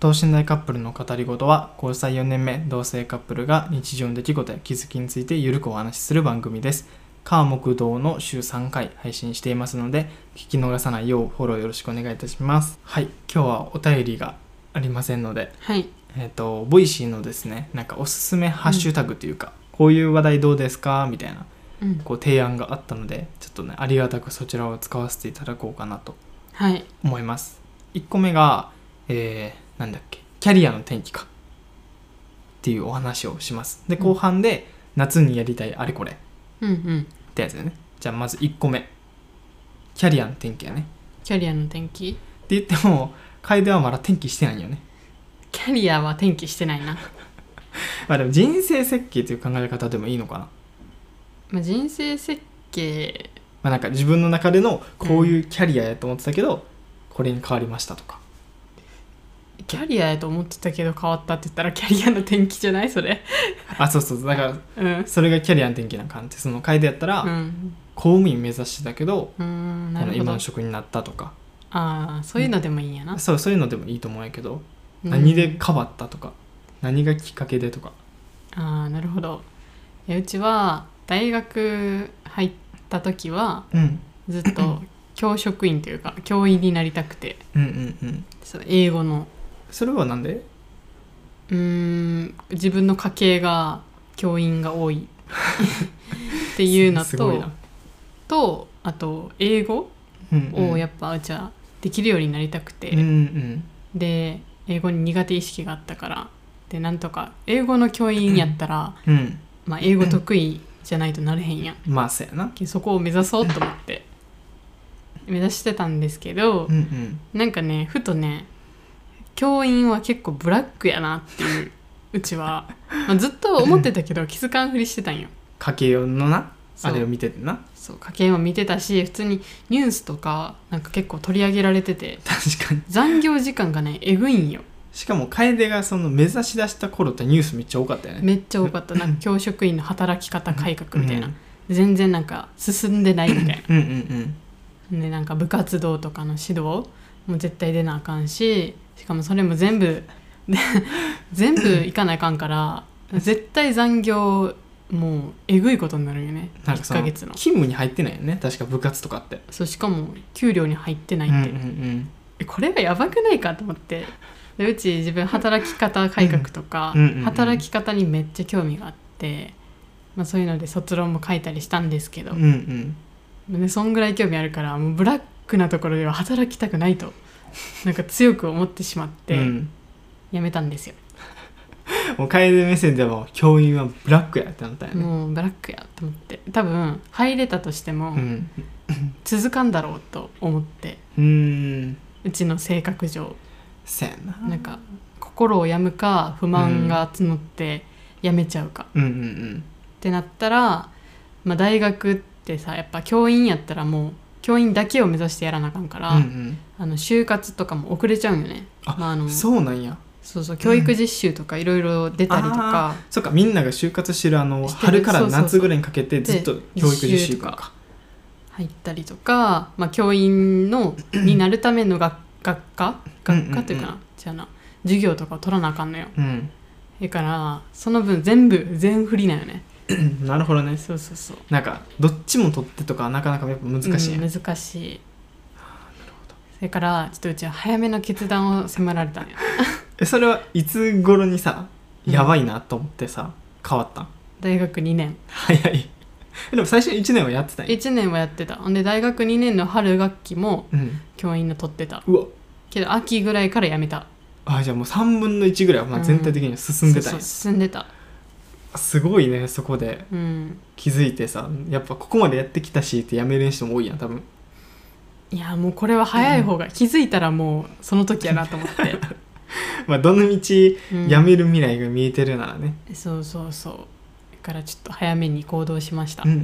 等身大カップルの語り事は交際4年目同性カップルが日常の出来事や気づきについてゆるくお話しする番組です川木道の週3回配信していますので聞き逃さないようフォローよろしくお願いいたしますはい今日はお便りがありませんのではいえっ、とボイシーのですねなんかおすすめハッシュタグというか、こういう話題どうですかみたいなうんこう提案があったのでちょっとねありがたくそちらを使わせていただこうかなとはい思います1個目がえー、なんだっけキャリアの転機かっていうお話をしますでうん後半で夏にやりたいあれこれっうんうんてやつだよねじゃあまず1個目キャリアの転機やねキャリアの転機って言っても楓はまだ転機してないよねキャリアは転機してないな、まあでも人生設計という考え方でもいいのかなまあ、人生設計まあ、なんか自分の中でのこういうキャリアやと思ってたけど、これに変わりましたとかキャリアやと思ってたけど変わったって言ったらキャリアの転機じゃないそれあそうそうだからうんそれがキャリアの転機な感じその楓やったら、うん公務員目指してたけどうんなこのるほ今どの職になったとかああそういうのでもいいんやな、そうそういうのでもいいと思うんやけど、うん何で変わったとか何がきっかけでとかああなるほどいやうちは大学入った時はうんずっと教職員というか教員になりたくてうんうんうんそう英語のそれはなんでうーん自分の家系が教員が多いっていうのすごいとなとあと英語うんうんをやっぱうちはできるようになりたくて、うんうんで英語に苦手意識があったからでなんとか英語の教員やったら、うんまあ、英語得意じゃないとなれへんやんまあそうやなけそこを目指そうと思って目指してたんですけどうんうんなんかねふとね教員は結構ブラックやなっていう うちは、まあ、ずっと思ってたけど気づかんふりしてたんよ家計用のなそあうれを見ててなそう家計も見てたし普通にニュースとかなんか結構取り上げられてて確かに残業時間がねえぐいんよしかも楓がその目指し出した頃ってニュースめっちゃ多かったよねめっちゃ多かったなんか教職員の働き方改革みたいな、うん全然なんか進んでないみたいなうんうんでなんか部活動とかの指導も絶対出なあかんししかもそれも全部 全部行かなあかんから絶対残業もうえぐいことになるよねうんなんかその1ヶ勤月の務に入ってないよね確か部活とかってそうしかも給料に入ってないうんっうて、んえこれがやばくないかと思ってでうち自分働き方改革とか、うんうんうんうん働き方にめっちゃ興味があって、まあ、そういうので卒論も書いたりしたんですけどうんう、んうんでそんぐらい興味あるからもうブラックなところでは働きたくないとなんか強く思ってしまっうてん辞めたんですよ、もう楓目線でも教員はブラックやってなったよねもうブラックやと思って多分入れたとしてもうん続かんだろうと思ってうーんうちの性格上せやななんか心を病むか不満が募って辞めちゃうか、うんうんってなったら、まあ、大学ってさやっぱ教員やったらもう教員だけを目指してやらなあかんから、うんうんあの就活とかも遅れちゃうんよね。あまあ、あうのんそうなんやそうそう教育実習とかいろいろ出たりとか、そっかみんなが就活してるあのしてる春からそうそうそう夏ぐらいにかけてずっと教育実習とで実習とか入ったりとか、まあ、教員のになるための学学科学科というかな、じゃあな授業とかを取らなあかんのようんだからその分全部全振りなよねうんなるほどねそうそうそうなんかどっちも取ってとかなかなかやっぱ難しいんやうん難しいそれからちょっとうちは早めの決断を迫ら れたのよえそれはいつ頃にさうんやばいなと思ってさ変わったん大学2年早い でも最初1年はやってたんや1年はやってたほんで大学2年の春学期もうん教員の取ってたうわけど秋ぐらいから辞めたあじゃあもう3分の1ぐらいはまあ全体的には進んでたんやそうそう進んでたすごいねそこでうん気づいてさやっぱここまでやってきたしってやめる人も多いやん多分 いやもうこれは早い方が、気づいたらもうその時やなと 思って、まあどの道うんやめる未来が見えてるならね、そうそうそうだからちょっと早めに行動しました、うん、うんう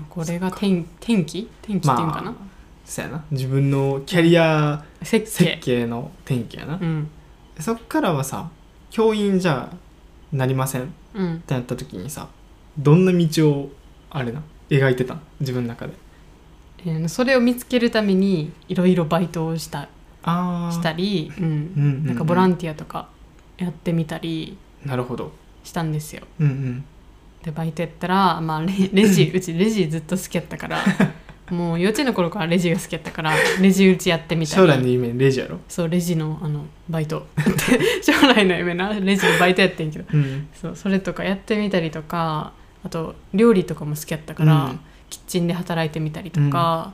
んこれが天天気天気っていうのかな、まそやな自分のキャリア設計設計の転機やな、うんそっからはさ教員じゃなりませんっうんてなった時にさどんな道をあれな描いてたん自分の中でえーそれを見つけるためにいろいろバイトをしたああしたり、ううんん、うんうんなんかボランティアとかやってみたりなるほどしたんですようんうんでバイトやったら、まあ、レ レジうちレジずっと好きやったから もう幼稚園の頃からレジが好きやったからレジうちやってみたり将来の夢レジやろそうレジのあのバイト 将来の夢なレジのバイトやってんけどうんそうそれとかやってみたりとかあと料理とかも好きやったから、うんキッチンで働いてみたりとか、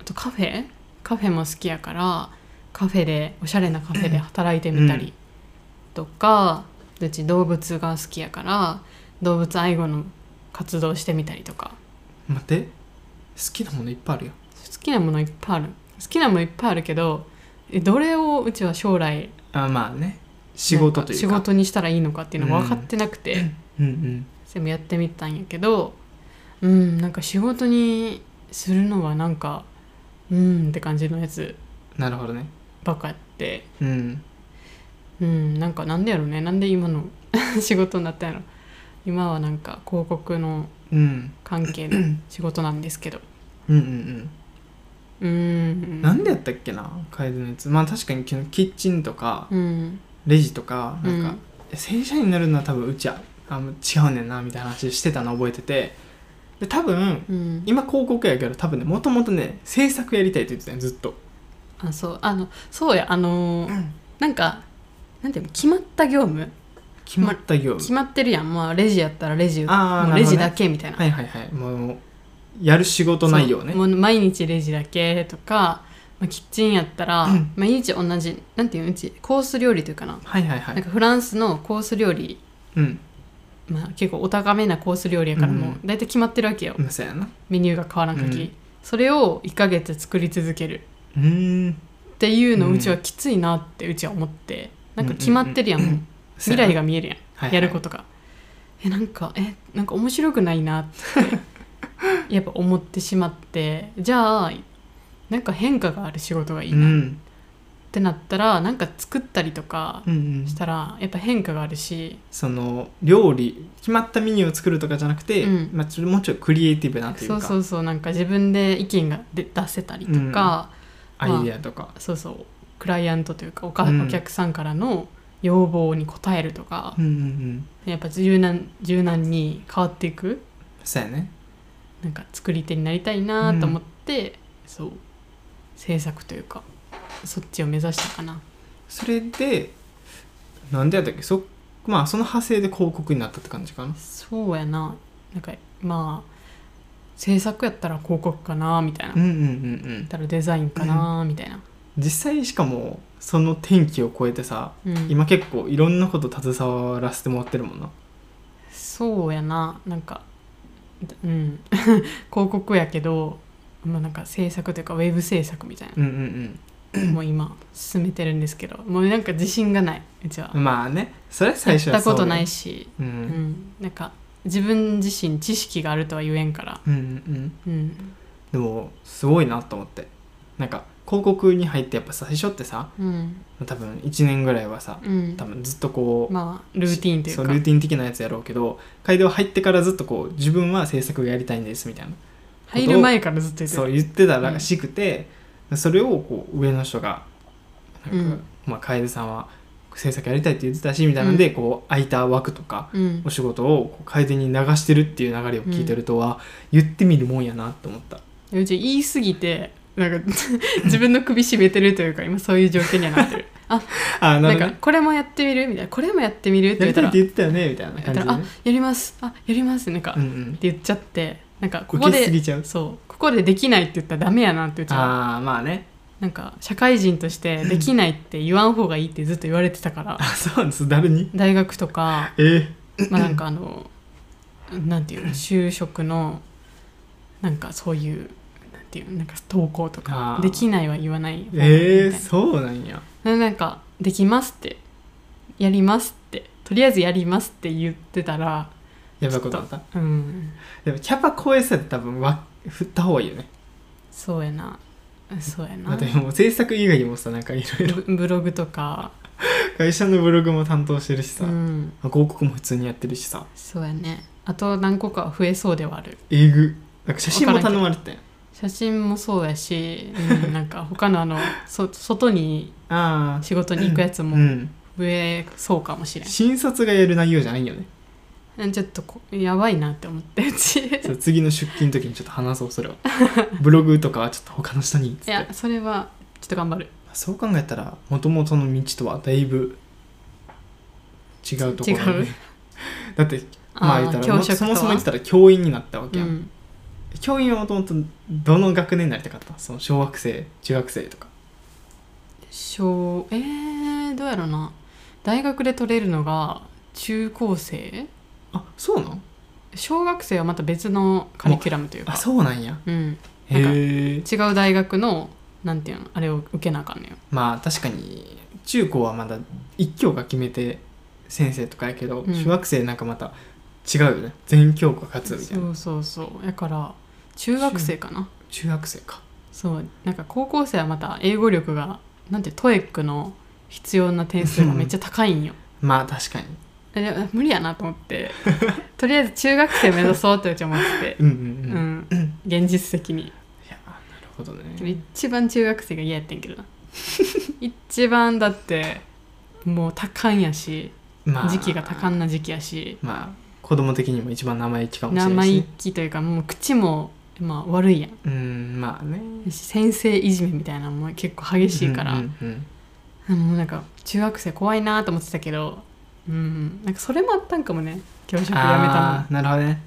あとカフェカフェも好きやからカフェでおしゃれなカフェで働いてみたうんりとか、うち動物が好きやから動物愛護の活動してみたりとか待って好きなものいっぱいあるよ好きなものいっぱいある好きなものいっぱいあるけどえどれをうちは将来あまあね仕事というか仕事にしたらいいのかっていうのが分かってなくて、うんうん全部やってみたんやけどうんなんか仕事にするのはなんかうんって感じのやつなるほどねばっかやってうんうんなんかなんでやろねなんで今の 仕事になったんやろ今はなんか広告のうん関係の仕事なんですけどうんうんうんうーんなんでやったっけな楓のやつまあ確かにキッチンとかうんレジとかうなんんか、正社員になるのは多分うちはあもう違うねんなみたいな話してたの覚えててで多分うん今広告やけど多分ねもともとね制作やりたいって言ってたよずっとあそうあのそうやあのーなんかなんていうの決まった業務決まった業務、決まってるやんまあレジやったらレジあーもうなるレほどねジだけみたいなはいはいはいもうやる仕事内容ねそうもう毎日レジだけとか、まあ、キッチンやったら、うん毎日同じなんていうのうちコース料理というかな,、はいはいはなんいかフランスのコース料理、うんまあ、結構お高めなコース料理やからうんもう大体決まってるわけよ、うんそうやなメニューが変わらん限り、うんそれを1ヶ月作り続けるうーんっていうのうんうちはきついなってうちは思ってなんか決まってるやん,、もうそう未やな来が見えるやん、はいはいやることがえなんかえなんか面白くないなって やっぱ思ってしまってじゃあなんか変化がある仕事がいいなうっんてなったら、なんか作ったりとかうんうんしたらやっぱ変化があるしその料理決まったメニューを作るとかじゃなくて、うんまあ、ちょもうちょいクリエイティブなというそかうそうそうなんか自分で意見が出出せたりとか、アイデアとか、そうそうクライアントというかおか、うんお客さんからの要望に応えるとかう、んうんうんやっぱ柔軟柔軟に変わっていくそうやねなんか作り手になりたいなと思って、そう制作というかそっちを目指したかなそれでなんでやったっけそまあその派生で広告になったって感じかなそうやななんかまあ制作やったら広告かなみたいな、うだんうんうんうんったらデザインかなみたいな、実際しかもその天気を超えてさうん今結構いろんなこと携わらせてもらってるもんなそうやななんかうん 広告やけどまあなんか制作というかウェブ制作みたいうんうんな、もう今進めてるんですけどもうなんか自信がないうちは、うんまあねそれや最っ初はたそうことよないしうんうん、なんか自分自身知識があるとは言えんから、うんうんうんうんでもすごいなと思ってなんか広告に入ってやっぱ最初ってさうん多分1年ぐらいはさうん多、分ずっとこう、まあルーティーンというそかうルーティン的なやつやろうけど街道入ってからずっとこう自分は制作をやりたいんですみたいな入る前からずっと言ってそうる言ってたらしくて、それをこう上の人がなんか、うんまあ、楓さんは制作やりたいって言ってたしみたいなので、こう空いた枠とかうんお、仕事をこう楓に流してるっていう流れを聞いてるとは、言ってみるもんやなと思ったうち言い過ぎてなんか 自分の首絞めてるというか今そういう状況にはなってるあ ななんんか、かこれもやってみるみたいなこれもやってみるってやり言ったたいらって言ってたよねみたいな感じで、やっねやりますあやりますなんか、うっんうん、て言っちゃってなんかここ受けすでぎちゃうそうここでできないって言ったらダメやなってうちはああまあねなんか社会人としてできないって言わん方がいいってずっと言われてたからあ そうなんです誰に大学とかえー、まあなんかあのなんていうの就職のなんかそういうなんていうのなんか投稿とあかーできないは言わない方がいいえみー、たいそうなんやななんかできますってやりますってとりあえずやりますって言ってたらやばいことあったうんでもキャパ超えさって多分わ振った方がいいよねそうやなそうやだなってもう制作以外にもさなんかいろいろブブログとか 会社のブログも担当してるしさ、うん広告も普通にやってるしさそうやねあと何個か増えそうではあるえぐなんか写真も頼まれてたやん写真もそうやし、うん、なんか他のあのそ外にあ仕事に行くやつあもうん増えそうかもしれん、診察がやる内容じゃないよねうん、ちょっとこやばいなって 思ってうちいそう次の出勤の時にちょっと話そうそれはブログとかはちょっと他の人にっつってやそれはちょっと頑張るそう考えたらもともとの道とはだいぶ違うところだね違うだってまあ言ったらも教職そともはそも言ってたら教員になったわけうやん、ん、教員はもともとどの学年になりたかったその小学生中学生とか小えー、どうやろうな大学で取れるのが中高生あそうなん小学生はまた別のカリキュラムというあかそうなんやうん、へなんかえ違う大学のなんていうのあれを受けなあかんのよまあ確かに中高はまだ一教が決めて先生とかやけど、うん小学生なんかまた違うよね全教科勝つみたいなそうそうそうだから中学生かな中学生かそうなんか高校生はまた英語力がなんてトエックの必要な点数がめっちゃ高いんよまあ確かにで無理やなと思って とりあえず中学生目指そうってうちは思っててうんうんううん、いん現実的にやなるほどね一番中学生が嫌やってん けどな一番だってもう多感やしまあ時期が多感な時期やしまあ子供的にも一番生意気かもしれな生いし、意ね、気というかもう口も、まあ、悪いやんうんまあね先生いじめみたいなのも結構激しいから、うんうんうんもうなんか中学生怖いなと思ってたけどうんなんかそれもあったんかもね教職辞めあーたなるほどね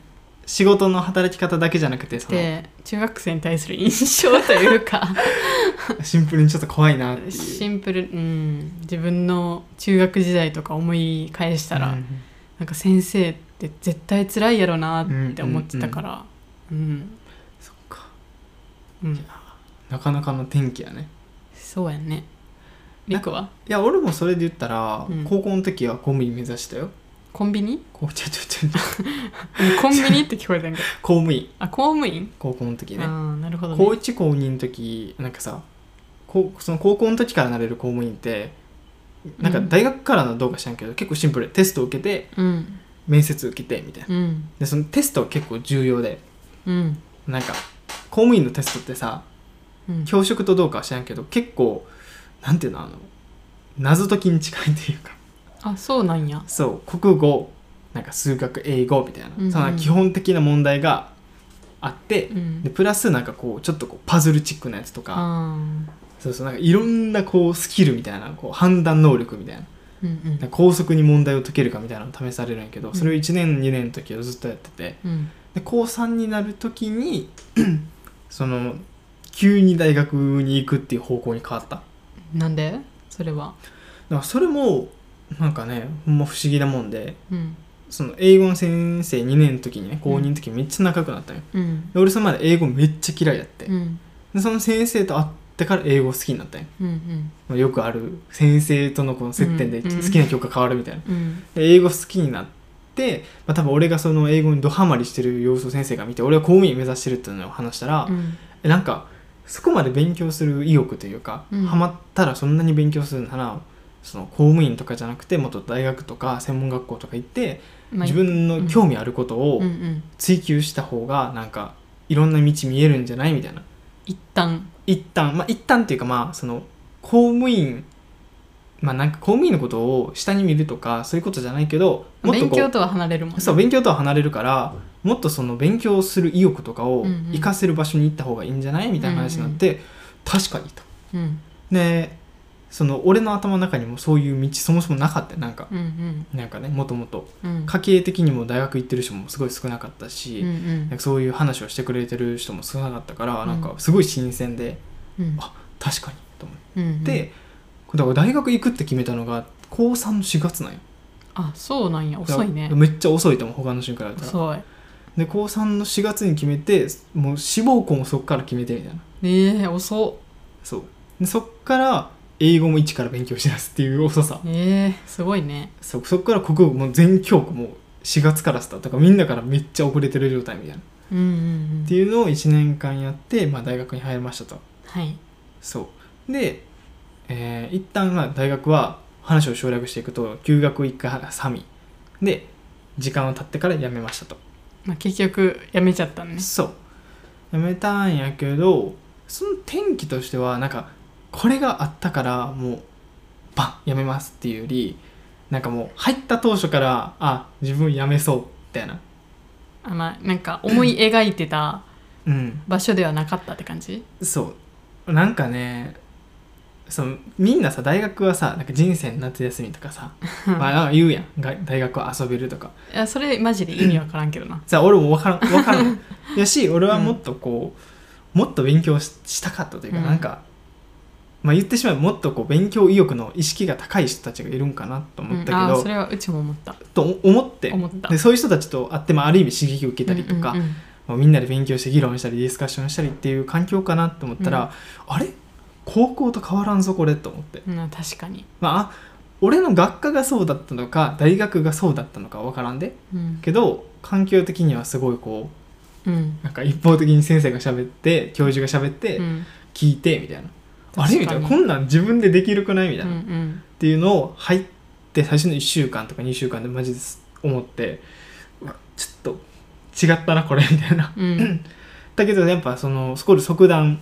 仕事の働き方だけじゃなくてそのので中学生に対する印象というか シンプルにちょっと怖いなっていうシンプル、うん、自分の中学時代とか思い返したら、うんなんか先生って絶対辛いやろなって思ってたからうん、そっかうんなかなかの天気やねそうやねリクはいや俺もそれで言ったら、うん高校の時は公務員目指したよコンビニこうちょちょちょちょコンビニって聞こえたん か公務員あ公務員高校の時あねあなるほどね高1高2の時なんかさこうその高校の時からなれる公務員ってなんかうん大学からのどうか知らんけど、結構シンプルでテスト受けてうん面接受けてみたいなうんでそのテスト結構重要でうんなんか公務員のテストってさうん教職とどうかは知らんけど結構なんていうのあの謎解きに近いというかあそうなんやそう国語なんか数学英語みたいな、うんうんその基本的な問題があってう、んでプラスなんかこうちょっとこうパズルチックなやつとかあそうそうなんかいろんなこうスキルみたいなこう判断能力みたいなーうんうんなんか高速に問題を解けるかみたいなの試されるんやけどそれを1年2年の時はずっとやっててうんで高3になる時に その急に大学に行くっていう方向に変わっただかなんでそれはらそれもなんかねほんま不思議なもんでうんその英語の先生2年の時にね高2の時めっちゃ仲良くなったんよ、うんで俺その前で英語めっちゃ嫌いやって、うんでその先生と会ってから英語好きになったんようんよくある先生とのこの接点でうんうん好きな曲が変わるみたいな、うんで英語好きになって、まあ、多分俺がその英語にドハマりしてる様子を先生が見て俺は公務員目指してるっていうのを話したらう、んえなんかそこまで勉強する意欲というか、うんハマったらそんなに勉強するならその公務員とかじゃなくてもっと大学とか専門学校とか行ってまあ自分の興味あることをうんうん追求した方がなんかいろんな道見えるんじゃないみたいな一旦一旦まあ一旦っていうかまあその公務員まあなんか公務員のことを下に見るとかそういうことじゃないけどもっと勉こ強うとは離れるもんねそう勉強とは離れるからもっとその勉強する意欲とかをうんうん活かせる場所に行った方がいいんじゃないみたいな話になって、確かにと。うんでその俺の頭の中にもそういう道そもそもなかったよなんかうんうんなんかねもともとうん家計的にも大学行ってる人もすごい少なかったし、うんうんなんかそういう話をしてくれてる人も少なかったから、うんなんかすごい新鮮でうん確かにと思っうんうんて、だから大学行くって決めたのが高3の4月なんよあそうなんやだから遅いねめっちゃ遅いと思う他の人に比べたら遅いで高3の4月に決めてもう志望校もそっから決めてみたいなええ遅そうでそっから英語も一から勉強しだすっていう遅さっええすごいねそそっから国語も全教科も4月からスタートだからみんなからめっちゃ遅れてる状態みたいなっうんうんうんていうのを1年間やって、まあ、大学に入りましたとはいそうで、えー一旦まあ大学は話を省略していくと休学を1回挟みで時間を経ってから辞めましたと、まあ結局やめちゃったねそう辞めたんやけどその転機としてはなんかこれがあったからもうバン辞めますっていうよりなんかもう入った当初からあ自分辞めそうみたいなあまあなんか思い描いてたうん場所ではなかったって感じそうなんかねそのみんなさ大学はさなんか人生の夏休みとか さまあなんか言うやんが大学は遊べるとかいやそれマジで意味わからんけどなさ俺も分からん分から んやし俺はもっとこう、もっと勉強ししたかったというか、うんなんか、まあ、言ってしまえばもっとこう勉強意欲の意識が高い人たちがいるんかなと思ったけうんあど、ーそれはうちも思ったと思って思ったでそういう人たちと会って、まあ、ある意味刺激を受けたりとか、うんうんうんまあみんなで勉強して議論したりディスカッションしたりっていう環境かなと思ったら、あれ高校と変わらんぞこれと思って。うん、確かに、まあ俺の学科がそうだったのか大学がそうだったのか分からんでうんけど環境的にはすごいこうんうなんか一方的に先生が喋って教授が喋ってうん聞いてみたいな、あ確かれにみたいなこんなん自分でできるくないみたういな、っんていうのを入って最初の1週間とか2週間でマジです思ってうわちょっと違ったなこれみたいなうんうんだけどやっぱそのそこで即断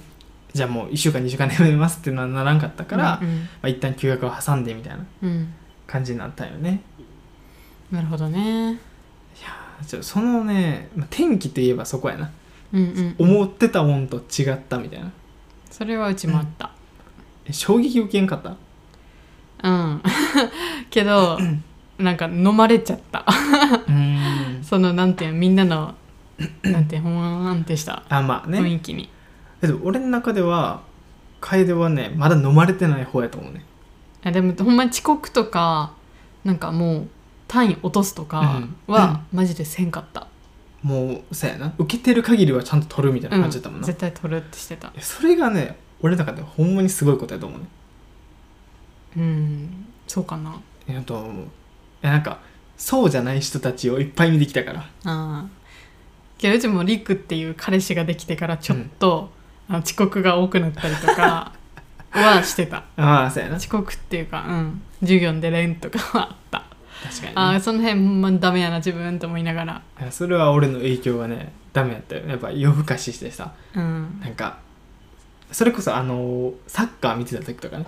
じゃあもう1週間2週間でやめますっていうのはならんかったから、うまんあ、一旦休学を挟んでみたいなうんうん感じになったよねなるほどねちょそのねまあ天気といえばそこやなうんうん思ってたもんと違ったみたいなそれはうちもあったえ衝撃受けんかったうん けどなんか飲まれちゃったうんそのなんていうのみんなのなんていうのほわーんってしたあまあ雰ね囲気に、でも俺の中では楓はねまだ飲まれてない方やと思うねあでもほんまに遅刻とかなんかもう単位落とすとかは、マジでせんかった、もうそうやな受けてる限りはちゃんと取るみたいなうん、感じだったもんな、絶対取るってしてたえそれがね俺の中でほんまにすごいことやと思うねうんそうかなえっと思うえなんかそうじゃない人たちをいっぱい見てきたからあーけどうちもリクっていう彼氏ができてからちょっと、あの遅刻が多くなったりと かはしてたああそうやな遅刻っていうか、うん、授業に出れんとかはあった確かにね、あーその辺ほんまダメやな自分と思いながらいやそれは俺の影響がねダメやったよやっぱ夜更かししてさうんなんかそれこそあのサッカー見てた時とかね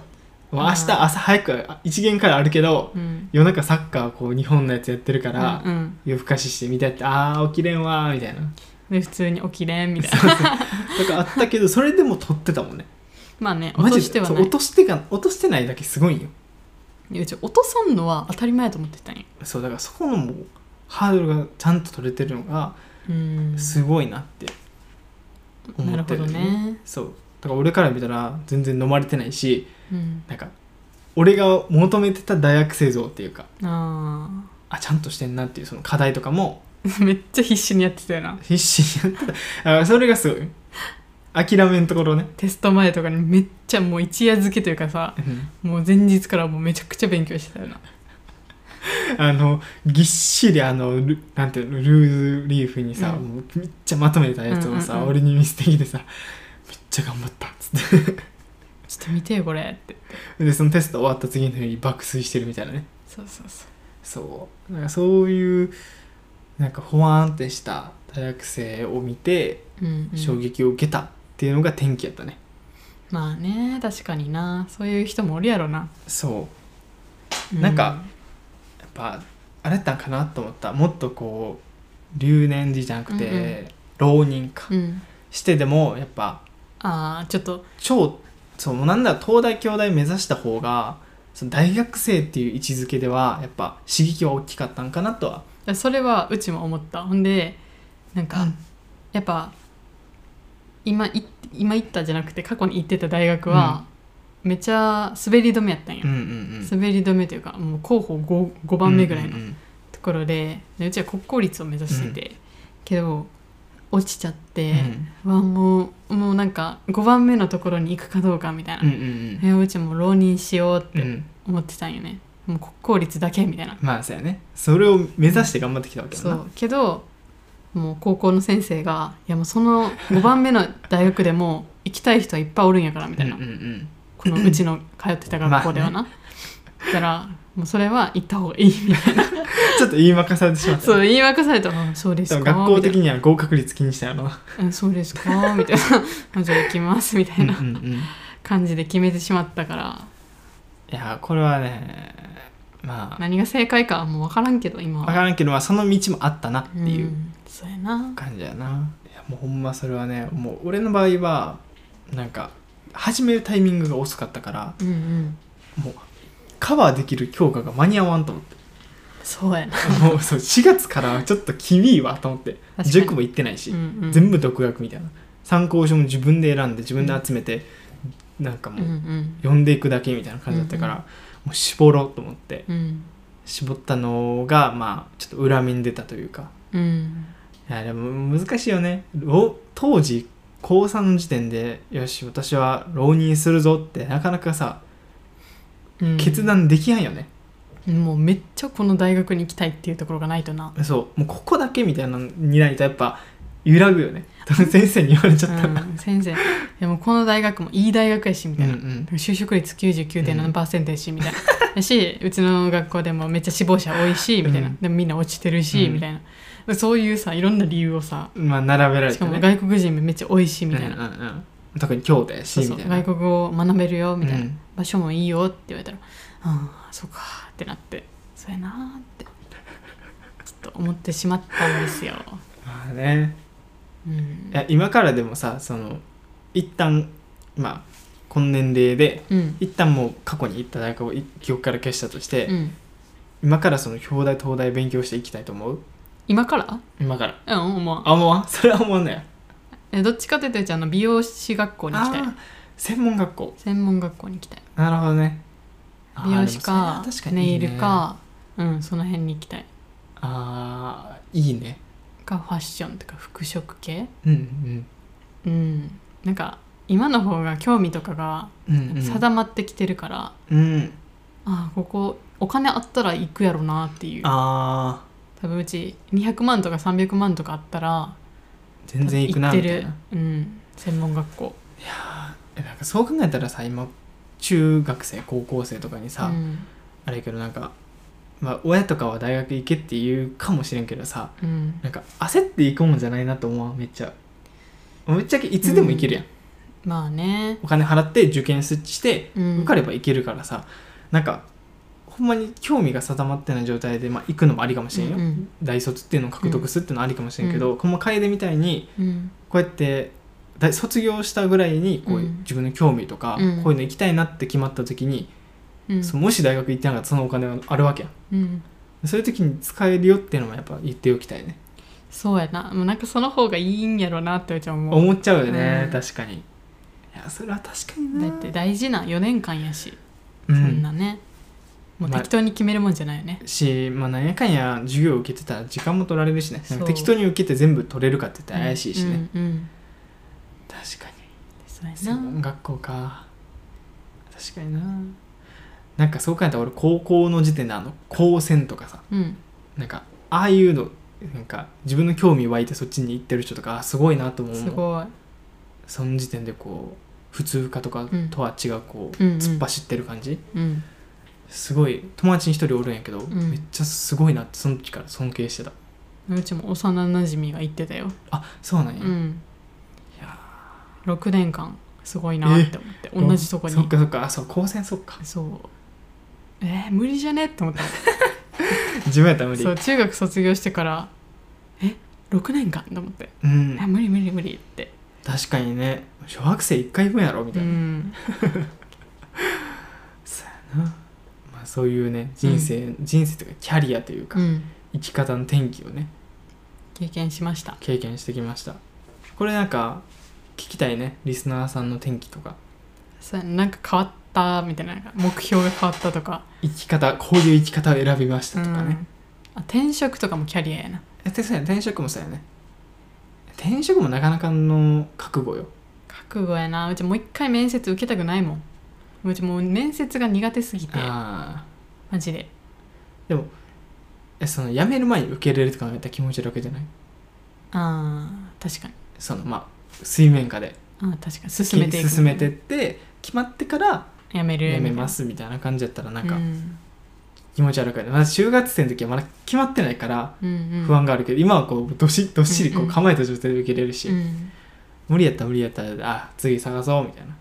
もう明あ日ー朝早くあ一限からあるけどうん夜中サッカーこう日本のやつやってるから、うんうん夜更かしして見たってあー起きれんわーみたいなで普通に起きれんみたいなとかあった けどそれでも撮ってたもんねまあねマ落ジでとしてはそうない落としてが落としてないだけすごいんようち落とさんのは当たり前やと思ってたんやそうだからそこのもうハードルがちゃんと取れてるのがうんすごいなって思ってる,、なるほどねそうだから俺から見たら全然飲まれてないしうんなんか俺が求めてた大学生像っていうかああちゃんとしてんなっていうその課題とかもー めっちゃ必死にやってたよな必死にやってたあそれがすごい諦めんところね、テスト前とかにめっちゃもう一夜漬けというかさもう前日からもうめちゃくちゃ勉強してたよな あのぎっしりあのルなんていうのルーズリーフにさ、うんもうめっちゃまとめたやつをさ、うんうんうん俺に見せてきてさめっちゃ頑張ったっつっちょっと見てよこれっててでそのテスト終わった次の日に爆睡してるみたいなねそうそうそうそうなんかそういうなんかほわーんってした大学生を見てうん、うん、衝撃を受けたっていうのが転機やったね、まあね確かになそういう人もおるやろな、そううなんかやっぱあれやったんかなと思ったもっとこう留年時じゃなくて、うん浪人か、うんしてでもやっぱああちょっと超そうなんだ東大京大目指した方がその大学生っていう位置づけではやっぱ刺激は大きかったんかなとはそれはうちも思ったほんでなんか、うんやっぱ今い今行ったじゃなくて過去に行ってた大学は、めちゃ滑り止めやったんや、うんうん滑り止めというかもう候補 5, 5うん番目ぐらいうんのうんところで,、うでうちは国公立を目指してて、けど落ちちゃって、わもうもうなんか5番目のところに行くかどうかみたいな、うんうんうんえうちも浪人しようってうんうん思ってたんよねもう国公立だけみたいなまあそうやねそれを目指して頑張ってきたわけやそな、うけどもう高校の先生が「いやもうその5番目の大学でも行きたい人はいっぱいおるんやから」みたいな、うんうんうんこのうちの通ってた学校ではな。だからもうそれは行った方がいいみたいなちょっと言い任されてしまったそう言い訳されたらあそうですでかも学校的みには合格率気にしたやろなたいなうんそうですかみたいなじゃあ行きますみたういんうなんうんい感じで決めてしまったからやこれはねま何が正解かはもう分からんけど今あは分からんけど、まあ、その道もあったなっていううんそうやな感じやな、いやもうほんまそれはねもう俺の場合はなんか始めるタイミングが遅かったからうんうんもうカバーできる強化が間に合わんと思ってそうやなもうそう4月からはちょっと厳いわと思ってかに塾も行ってないし、うんうん全部独学みたいな参考書も自分で選んで自分で集めて、なんかうんうもうん読んでいくだけみたいな感じだったから、うんもう絞ろうと思ってうん絞ったのがまあちょっと裏目に出たというかうんいやでも難しいよねろ当時高3の時点でよし私は浪人するぞってなかなかさうん決断できないよね、もうめっちゃこの大学に行きたいっていうところがないとなそうもうここだけみたいなのにないとやっぱ揺らぐ よね先生に言われちゃったら、うん、先生いやもうこの大学もいい大学やしみたいな、うんうん就職率99.7%やしみたいな、やしうちの学校でもめっちゃ志望者多いしみたいな、うんでもみんな落ちてるし、うんみたいなそういうさいろんな理由をさまあ並べられしてかもね外国人もめっちゃ多いしみたいな、うんうんうん特に京都やしそうみそたいうな外国語を学べるよみたいな、うん場所もいいよって言われたらああそうかってなってそうやなーってちょっと思ってしまったんですよ、まあねうんい、や今からでもさその一旦まあ今年齢でうん一旦もう過去に行った大学をい記憶から消したとして、うん今からその表題東大勉強していきたいと思う今から今からうんもうあ思わんそ れは思わんのやえどっちかというとじゃああの美容師学校に行きたいあー専門学校専門学校に行きたいなるほどねあー美容師かでもそれは確にネいイいねルかうんその辺に行きたいあーいいねかファッションとか服飾系うんうんなんか今の方が興味とかがうんうんうん定まってきてるから、うんああここお金あったら行くやろなっていうあ多分うち200万とか300万とかあったらー全然行くな行っみてたいるなうん専門学校えなんかそう考えたらさ今中学生高校生とかにさ、うんあれやけどなんか、まあ、親とかは大学行けって言うかもしれんけどさうん、なんか焦って行くもんじゃないなと思うわめっちゃぶっちゃけいつでも行けるやん、まあねお金払って受験してうん受かれば行けるからさ、なんかほんまに興味が定まってない状態で、まあ、行くのもありかもしれんよ、うんうん大卒っていうのを獲得するっていうのはありかもしれんけど、この楓みたいにうんこうやって大卒業したぐらいにこう、うん自分の興味とか、うんこういうの行きたいなって決まった時に、うんそもし大学行ってなかったらそのお金はあるわけやんうんそういう時に使えるよっていうのもやっぱ言っておきたいね、そうやなもうなんかその方がいいんやろなってうちは思う思っちゃうよね、うん確かにいやそれは確かにだなって大事な4年間やし、うそんんなねもうまあ適当に決めるもんじゃないよね、し、まあ、なんやかんや授業受けてたら時間も取られるしねなんそかう適当に受けて全部取れるかって言ったら怪しいしね、うんうん確かにそうや専な門学校か確かにななんかそう考えたら俺高校の時点であの高専とかさうんなんかああいうのなんか自分の興味湧いてそっちに行ってる人とかあすごいなとも思うすごいその時点でこう普通科とかうんとは違うこう、うんうん突っ走ってる感じうんすごい友達に一人おるんやけど、んめっちゃすごいなってその時から尊敬してたうちも幼なじみが言ってたよあそうなんや、うんいや6年間すごいなって思って同じとこにそっかそっかあそう高専そっかそうえー無理じゃねって思った自分やったら無理そう中学卒業してからえ6年間と思って、うんえ無理無理無理って確かにね小学生1回分やろみたういな、んまあ、そういうね人生、人生というかキャリアというか、うん生き方の転機をね経験しました経験してきましたこれなんか聞きたいねリスナーさんの転機とかそうなんか変わったみたいな目標が変わったとか生き方こういう生き方を選びましたとかうね、んあ転職とかもキャリアやなえでそうやね転職もそうやね転職もなかなかの覚悟よ覚悟やなうちもう一回面接受けたくないもんうちもう面接が苦手すぎてああマジでえその辞める前に受け入れるとかやったら気持ちだけじゃないあー確かにそのまあ水面下であー確かに進めていく進めてって決まってからやめる辞めますみたいな感じやったらなんかうん気持ち悪くないまだ中学生の時はまだ決まってないからうんうん不安があるけど、今はこうどしどっしりこううんうん構えた状態で受けれるし、うん無理やったら無理やったらあ次探そうみたいない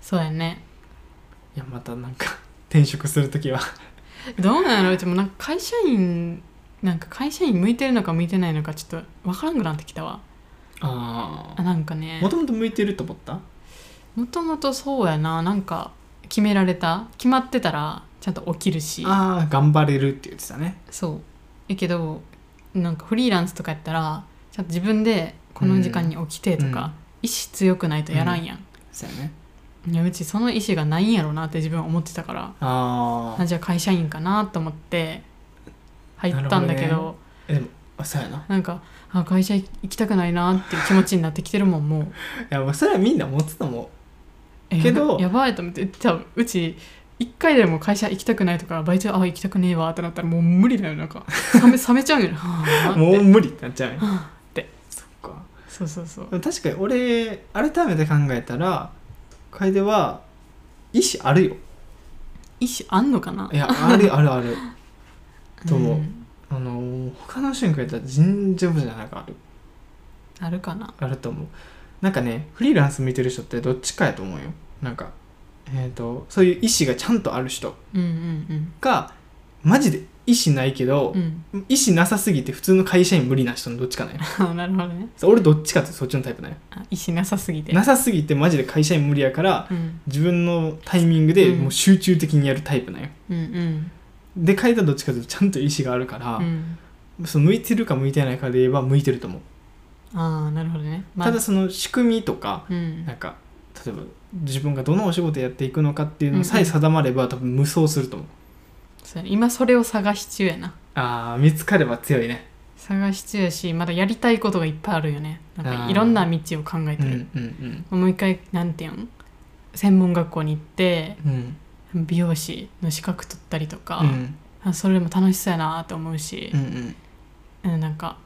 そうやねやまたなんか 転職する時はどうなんやろうちもなんか会社員なんか会社員向いてるのか向いてないのかちょっと分からんくなってきたわああなんかねもともと向いてると思ったもともとそうやななんか決められた決まってたらちゃんと起きるしああ頑張れるって言ってたねそうやけどなんかフリーランスとかやったらちゃんと自分でこの時間に起きてとか、うん意志強くないとやらんやん、そうやねいやうちその意志がないんやろなって自分は思ってたからああじゃあ会社員かなと思って入ったんだなけるどほあでもあそうやななんかあ会社行きたくないなっていう気持ちになってきてるもんもういやまあそれはみんな持つと思うえけどやばやばいと思って多分うち一回でも会社行きたくないとかバイトあ行きたくねえわってなったらもう無理だよなんか 冷め冷めちゃうよねはあもうって無理ってなっちゃうよねはあってそっかそうそうそうでも確かに俺改めて考えたら楓は意思あるよ意思あんのかないやあるある あると思うんあのー他の人に比べたら尋常じゃないかあるあるかなあると思うなんかねフリーランス見てる人ってどっちかやと思うよなんかえっ、とそういう意思がちゃんとある人うんうんかマジで意思ないけどうんう、 ん意思なさすぎて普通の会社員無理な人のどっちかないあなるほどねそう 俺どっちかってそっちのタイプだよあ意思なさすぎてなさすぎてマジで会社員無理やからうん自分のタイミングでうんもう集中的にやるタイプなんよ、うんうんで書いたどっちかというとちゃんと意思があるからう、んその向いてるか向いてないかで言えば向いてると思う、ああなるほどね、ただその仕組みとかうんなんか例えば自分がどのお仕事やっていくのかっていうのさえ定まれば、多分無双すると思うそうやね今それを探し中やなあー見つかれば強いね探し中やしまだやりたいことがいっぱいあるよねなんあかーいろんな道を考えうてんうる、んもう一回なんていうん専門学校に行ってうんうん美容師の資格取ったりとかう、んあそれも楽しそうやなと思うしう、んうんなんか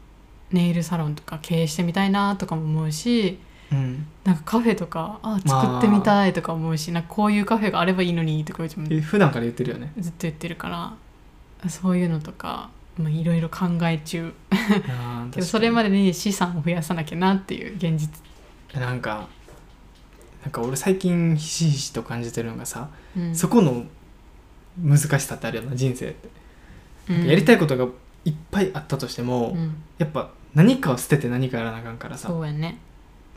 ネイルサロンとか経営してみたいなとかも思うしうんなんかカフェとかあまあ作ってみたいとか思うしなんかこういうカフェがあればいいのにとかうちもえ普段から言ってるよねずっと言ってるからそういうのとかまあいろいろ考え中あけどそれまでに資産を増やさなきゃなっていう現実、でなんかなんか俺最近ひしひしと感じてるのがさ、うんそこの難しさってあるよな人生って、うんやりたいことがいっぱいあったとしても、うんやっぱ何かを捨てて何かやらなあかんからさそうやね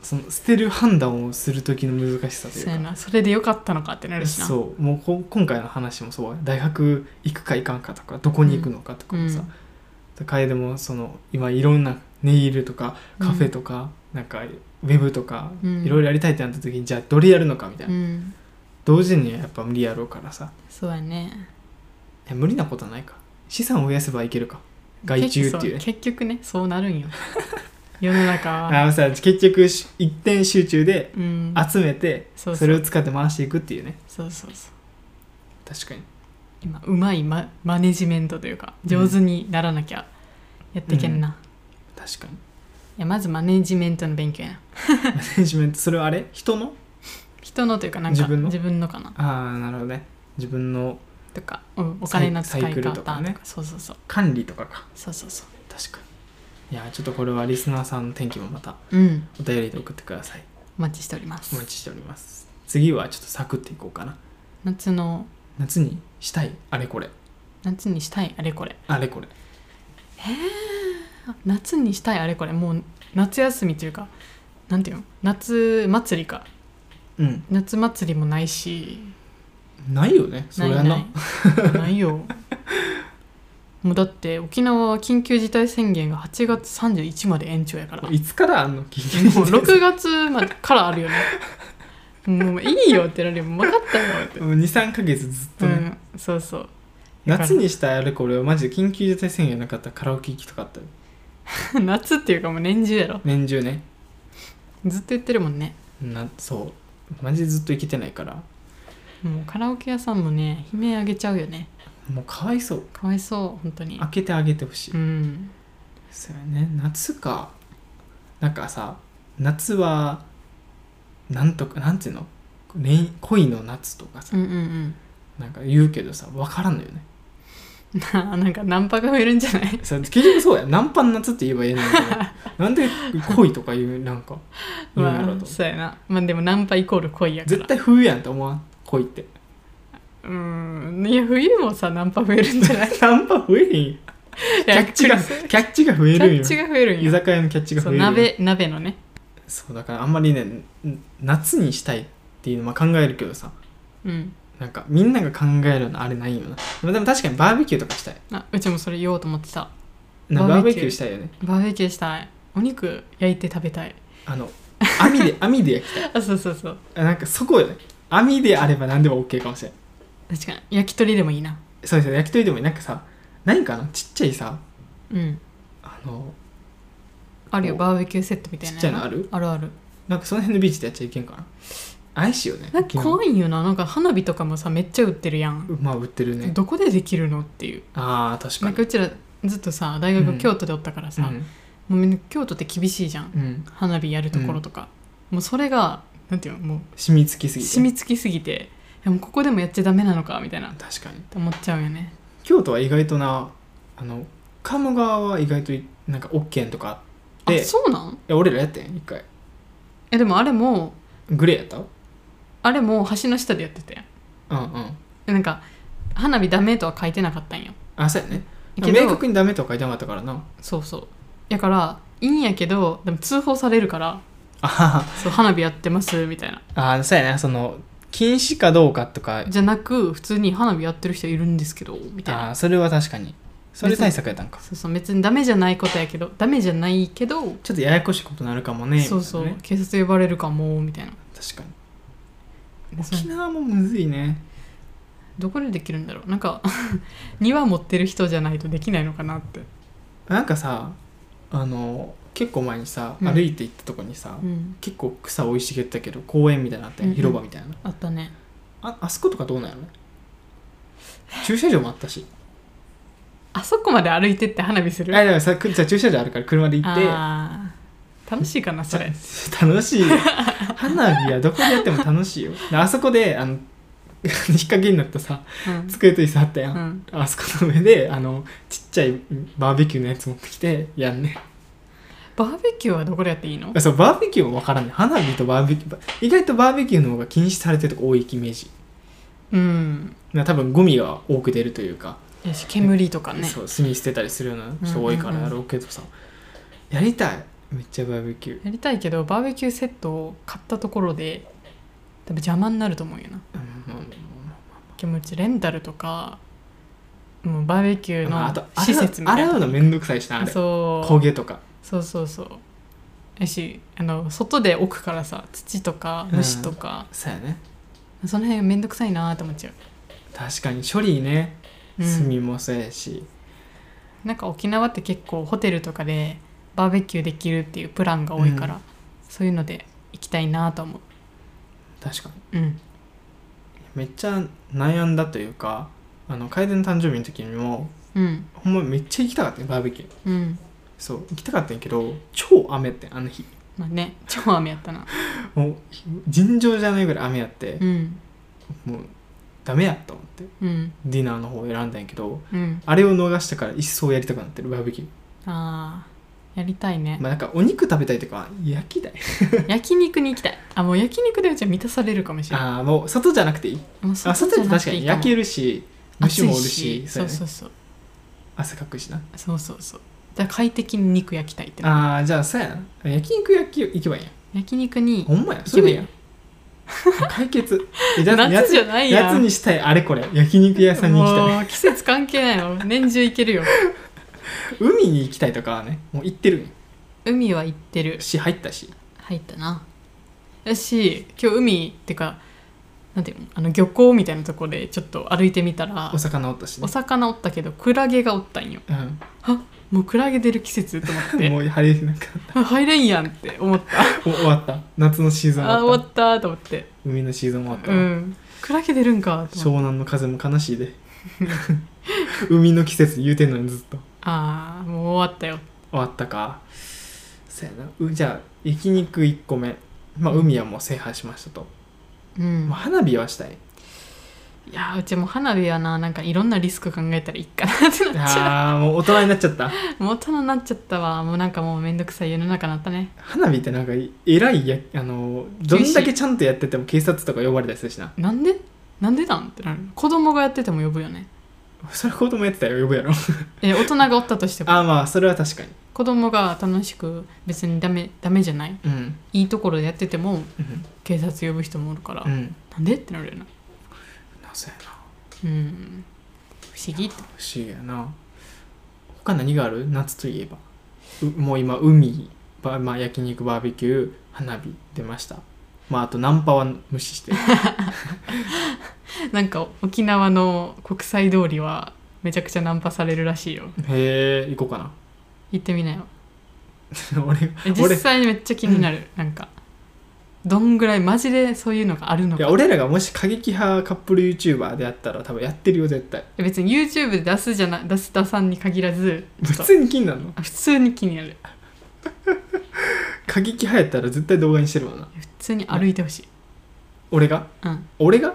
その捨てる判断をする時の難しさというそうかやなそれでよかったのかってなるしなうそうもうこ今回の話もそうや大学行くか行かんかとかどこに行くのかとかもさ、楓もその今いろんなネイルとかカフェとか、なんかウェブとか、うんいろいろやりたいってなった時にじゃあどれやるのかみたいん、な、うん、同時にはやっぱ無理やろうからさそうやねいや無理なことはないか資産を増やせばいけるか外注っていうね結局そう結局ねそうなるんよ 世の中あはーさ結局し一点集中でうん集めて、そうそそれうを使って回していくっていうねそうそうそう確かに今うまいママネジメントというか上手にならなきゃやっていけんな、い確かに やまずマネジメントの勉強やなマネジメントそれはあれ人の人のというかなんか自分のかなああなるほどね自分のとか、うん、お金の使いサイク方ルととかかねそうそうそう管理とかかそうそうそ確かにいやーちょっとこれはリスナーさんの天気もまたううんお便りで送ってくださいお待ちしておりまおす待ちしております次はちょっとサクっていこうかな夏の夏にしたいあれこれ夏にしたいあれこれあれこれあ夏にしたいあれこれもう夏休みというかなんていうの夏祭りかうん夏祭りもないしないよねそないれはなないないよもうだって沖縄は緊急事態宣言が8月31まで延長やからもういつからあんの期限 6月までからあるよねもういいよってなるよもう分かったよって、 23か月ずっとね、うんそうそうだから夏にしたいあれこれはマジで緊急事態宣言なかったらカラオケ行きとかあったよ夏っていうかもう年中やろ年中ねずっと言ってるもんねなそうマジでずっと行けてないからもうカラオケ屋さんもね悲鳴あげちゃうよねもうかわいそうかわいそう本当に開けてあげてほしい、うんそうやね夏かなんかさ夏はなんとかなんていうの恋恋の夏とかさうんうんうんなんか言うけどさ分からんのよね ななんかナンパが増えるんじゃないさ結局 そうやナンパン夏って言えばええのになんで恋とかいうなんか言うんやろまうあとそうやなまあでもナンパイコール恋やから絶対冬やんと思わん恋って うーんいや冬もさナンパ増えるんじゃない ナンパ増えへんよキャッチがいやキ違うャッチが増えキるんャッよチが増えるん居よ酒屋のキャッチがそ増うえるんよ鍋鍋のねそうだからあんまりねん夏にしたいっていうのは考えるけどさうんなんかみんなが考えるのあれないよなでもでも確かにバーベキューとかしたいあうちもそれ言おうと思ってたなババーーベベキューキューしたいよねバーベキューしたいお肉焼いて食べたい あの 網で網で焼きあそうそうそうたいなんかそこよね網であれば何でも OK かもしれない確かに焼き鳥でもいいなそうですね焼き鳥でもいいなんかさ何かなちっちゃいさうんあのあるよおバーベキューセットみたいなちやっちゃいのあるあるあるなんかその辺のビーチでやっちゃいけんかな愛しよねなんか昨怖いんよななんか花火とかもさめっちゃ売ってるやん、日まあ売ってるねどこでできるのっていうああ確かなんにかうちらずっとさ大学うん京都でおったからさ、もうみんな京都って厳しいじゃんうん、うん、花火やるところとか、もうそれがなんていうのも染み付きすうぎて染みつきすぎていやもうここでもやっちゃダメなのかみたいなっ確かにて思っちゃうよね京都は意外となあの鴨川は意外といなんか OK とかあっあていそうなんや俺らやってん一回えでもあれもグレーやったあれも橋の下でやってたやんうんうんでなんか花火ダメとは書いてなかったんよあそうやねけ明ど確にダメとは書いてなかったからなそうそうやからいいんやけどでも通報されるからあははそう花火やってますみたいなあそうやねその禁止かどうかとかじゃなく普通に花火やってる人いるんですけどみたいなあそれは確かにそれ対策やったんかそうそう別にダメじゃないことやけどダメじゃないけど、ちょっとややこしいことになるかもねそうそう、みたいなね警察呼ばれるかもみたいな確かにでその沖縄もむずいねどこでできるんだろうなんか 庭持ってる人じゃないとできないのかなって、なんかさあの結構前にさうん歩いて行ったとこにさ、うん、結構草生い茂ったけど公園みたいなのあったやんうんうん広場みたいなあったねああそことかどうなんやろね駐車場もあったしあそこまで歩いてって花火すあるだからさくじゃあ 駐車場あるから車で行ってあー楽しいかなそれさ 楽しいよ花火はどこでやっても楽しいよであそこであの 日陰になったさうん、机と椅子あったやん、うん、あそこの上であのちっちゃいバーベキューのやつ持ってきてやんねバーベキューはどこでやっていいのそうバーベキューも分からんね花火とバーベキューば意外とバーベキューの方が禁止されてるとこ多いイメージうんな多分ゴミが多く出るというか、やし煙とかねそう炭捨てたりするような人多いからやろうけどさ、やりたいめっちゃバーベキューやりたいけどバーベキューセットを買ったところで多分邪魔になると思うよなうん気持ちレンタルとかもうバーベキューまあまあまああのと施洗う設みたい洗うなのめんどくさいしなあれそう焦げとかそうそうそうやしあの外で置くからさ土とか虫とか、そうやねその辺めんどくさいなーって思っちゃう、確かに処理ねうん炭もそうやし、なんか沖縄って結構ホテルとかでバーベキューできるっていうプランが多いから、うそういうので行きたいなーと思確かにううんめっちゃ悩んだというかあの楓の誕生日の時にもうんほんまめっちゃ行きたかったねバーベキューうんそう行きたかったんやけど超雨やってんあの日まあね超雨やったなもう尋常じゃないぐらい雨やってう、んもうダメやと思ってうんディナーの方を選んだんやけどうんあれを逃したから一層やりたくなってるバーベキューあーやりたいねまあなんかお肉食べたいとか焼きたい焼肉に行きたいあもう焼肉でうちは満たされるかもしれないああもう外じゃなくていいもうあ外じってゃな確くかていにいか焼けるし虫もおるし暑いそやそううねそうそう汗かくしなそうそうそうだから快適に肉焼きたいってなああじゃあそうやな焼肉焼き行けばいいやん焼肉にほんまや行それけでいばいいいやん解決 えじゃあ夏じゃないやんやつにしたいあれこれ焼肉屋さんに行きたいもう季節関係ないの年中行けるよ海に行きたいとかはねもう行ってる海は行ってるし入ったし入ったなやし今日海ってかなんていうのあの漁港みたいなとこでちょっと歩いてみたらお魚おったしおね、魚おったけどクラゲがおったんようもうクラゲ出る季節と思っん、てもう入れなかっあ入れんやんって思ったたお終わった夏のシーズンあ終わ終っわたったと思って海のシーズン終わった、うんクラゲ出るんかと思って湘南の風も悲しいで 海の季節言うてんのにずっとああもう終わったよ終わったかそうやなうじゃあ焼肉1個目まあ海はもう制覇しましたと、うんまあ、花火はしたいいやーうちも花火はななんかいろんなリスク考えたらいいかなってなっちゃあーもう大人になっちゃったうもう大人になっちゃったわもうなんかもうめんどくさい世の中になったね花火ってなんか偉いやあのどんだけちゃんとやってても警察とか呼ばれたりするしななんでなんでなんってなる子供がやってても呼ぶよねそれ子供やってたら呼ぶ やろえ大人がおったとしてもああまあそれは確かに子供が楽しく別にダメダメじゃないうんいいところでやっててもうん警察呼ぶ人もおるから、うんなんでってなるよななぜやなうん不思議って不思議やな他何がある夏といえばうもう今海ば、まあ、焼肉バーベキュー花火出ましたまああとナンパは無視 してるなんか沖縄の国際通りはめちゃくちゃナンパされるらしいよへえ行こうかな行ってみなよ 俺え俺実際にめっちゃ気になる、なんかどんぐらいマジでそういうのがあるのいやか俺らがもし過激派カップル YouTuber であったら多分やってるよ絶対え別に YouTube で出すじゃな出す出さんに限らずちょっ普と通に気になるのあ普通に気になる過激派やったら絶対動画にしてるもんな普通に歩いてほしい俺がうん俺が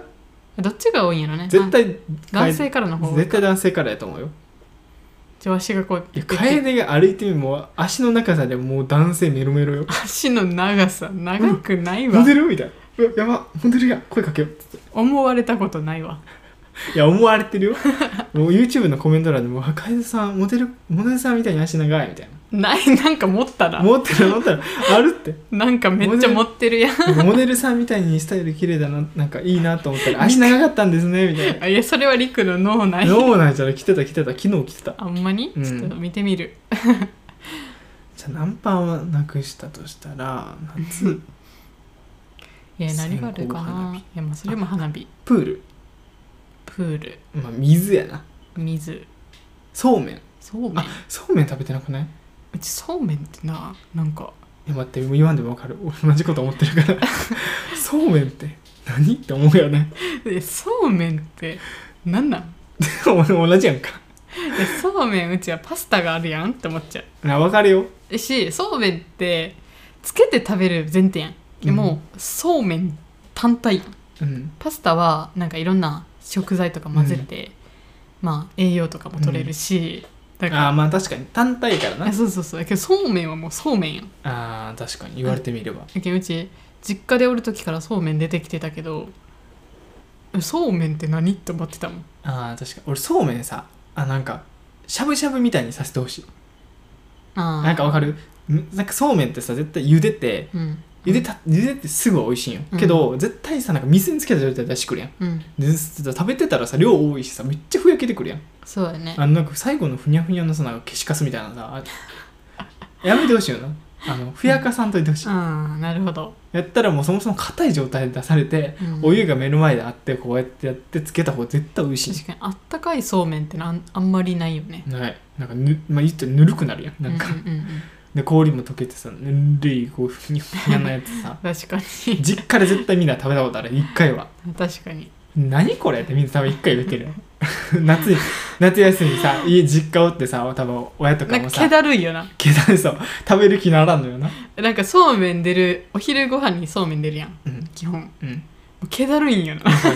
どっちが多いんやろね絶あ対男性からの方絶対男性からやと思うよじゃあわしがこういや楓が歩いてみもう足の長さでもう男性メロメロよ足の長さ長くないわ、モデルみたいなうわやばモデルや声かけよう思われたことないわいや思われてるよもう YouTube のコメント欄でも「あ楓さんモデルモデルさんみたいに足長い」みたいないなんか持ったなら持ってる持ったらあるってなんかめっちゃ持ってるやんなんかモデルさんみたいにスタイル綺麗だななんかいいなと思ったら足長かったんですねみたいあいやそれはりくの脳なない脳内じゃら来てた来てた昨日来てたあんまに、うんちょっと見てみるじゃあナンパはなくしたとしたら夏いや何があるか線香花な火いやまあそれも花火プールプールまあ水やな水そうめんそうめんあそうめん食べてなくないうちそうめんってななん かいや待ってもう言わんでもわかる俺同じこと思ってる からそうめんって何って思うよね えそうめんってなんなん俺同じやんかえそうめんうちはパスタがあるやんって思っちゃうな分かるよえしそうめんってつけて食べる前提やんでも、そうめん単体やんうんパスタはなんかいろんな食材とか混ぜて、まあ栄養とかも取れるし、だああーかまあ確かに単体かららなえそうそうそうだけどそうめんはもうそうめんやんあー確かに言われてみれば、だけどうち実家でおる時からそうめん出てきてたけどえそうめんって何って思ってたもんああ確かに俺そうめんさあなんかしゃぶしゃぶみたいにさせてほしいあーなんかわかるんなんかそうめんってさ絶対茹でてうん茹でた茹でてすぐは美味しいんよ、うんけど絶対さなんか水につけた状態で出してくるやんうんで食べてたらさ量多いしさめっちゃふやけてくるやんそうだねあのなんか最後のふにゃふにゃのさなんか消しカスみたいなの さあやめてほしいよなあのふやかさんといてほしい、ああなるほど、やったらもうそもそも硬い状態で出されて、うんお湯が目の前であってこうやってやってつけた方が絶対美味し確かにあったかいそうめんってなんあんまりないよねいないなんかぬ、まあ、言ったらぬるくなるやんなんか、うんうんうんうんで氷も溶けてさぬるいこうふにゃふにゃなやつ さ確かに実家で絶対みんな食べたことある一回は確かに何これってみんな多分一回言ってるよ 夏に夏休みさ家実家おってさ多分親となかんかも気さだるいよなけだでさ食べる気ならんのよななんかそうめん出るお昼ご飯にそうめん出るやんうん基本もうんう気だるいんよな なんか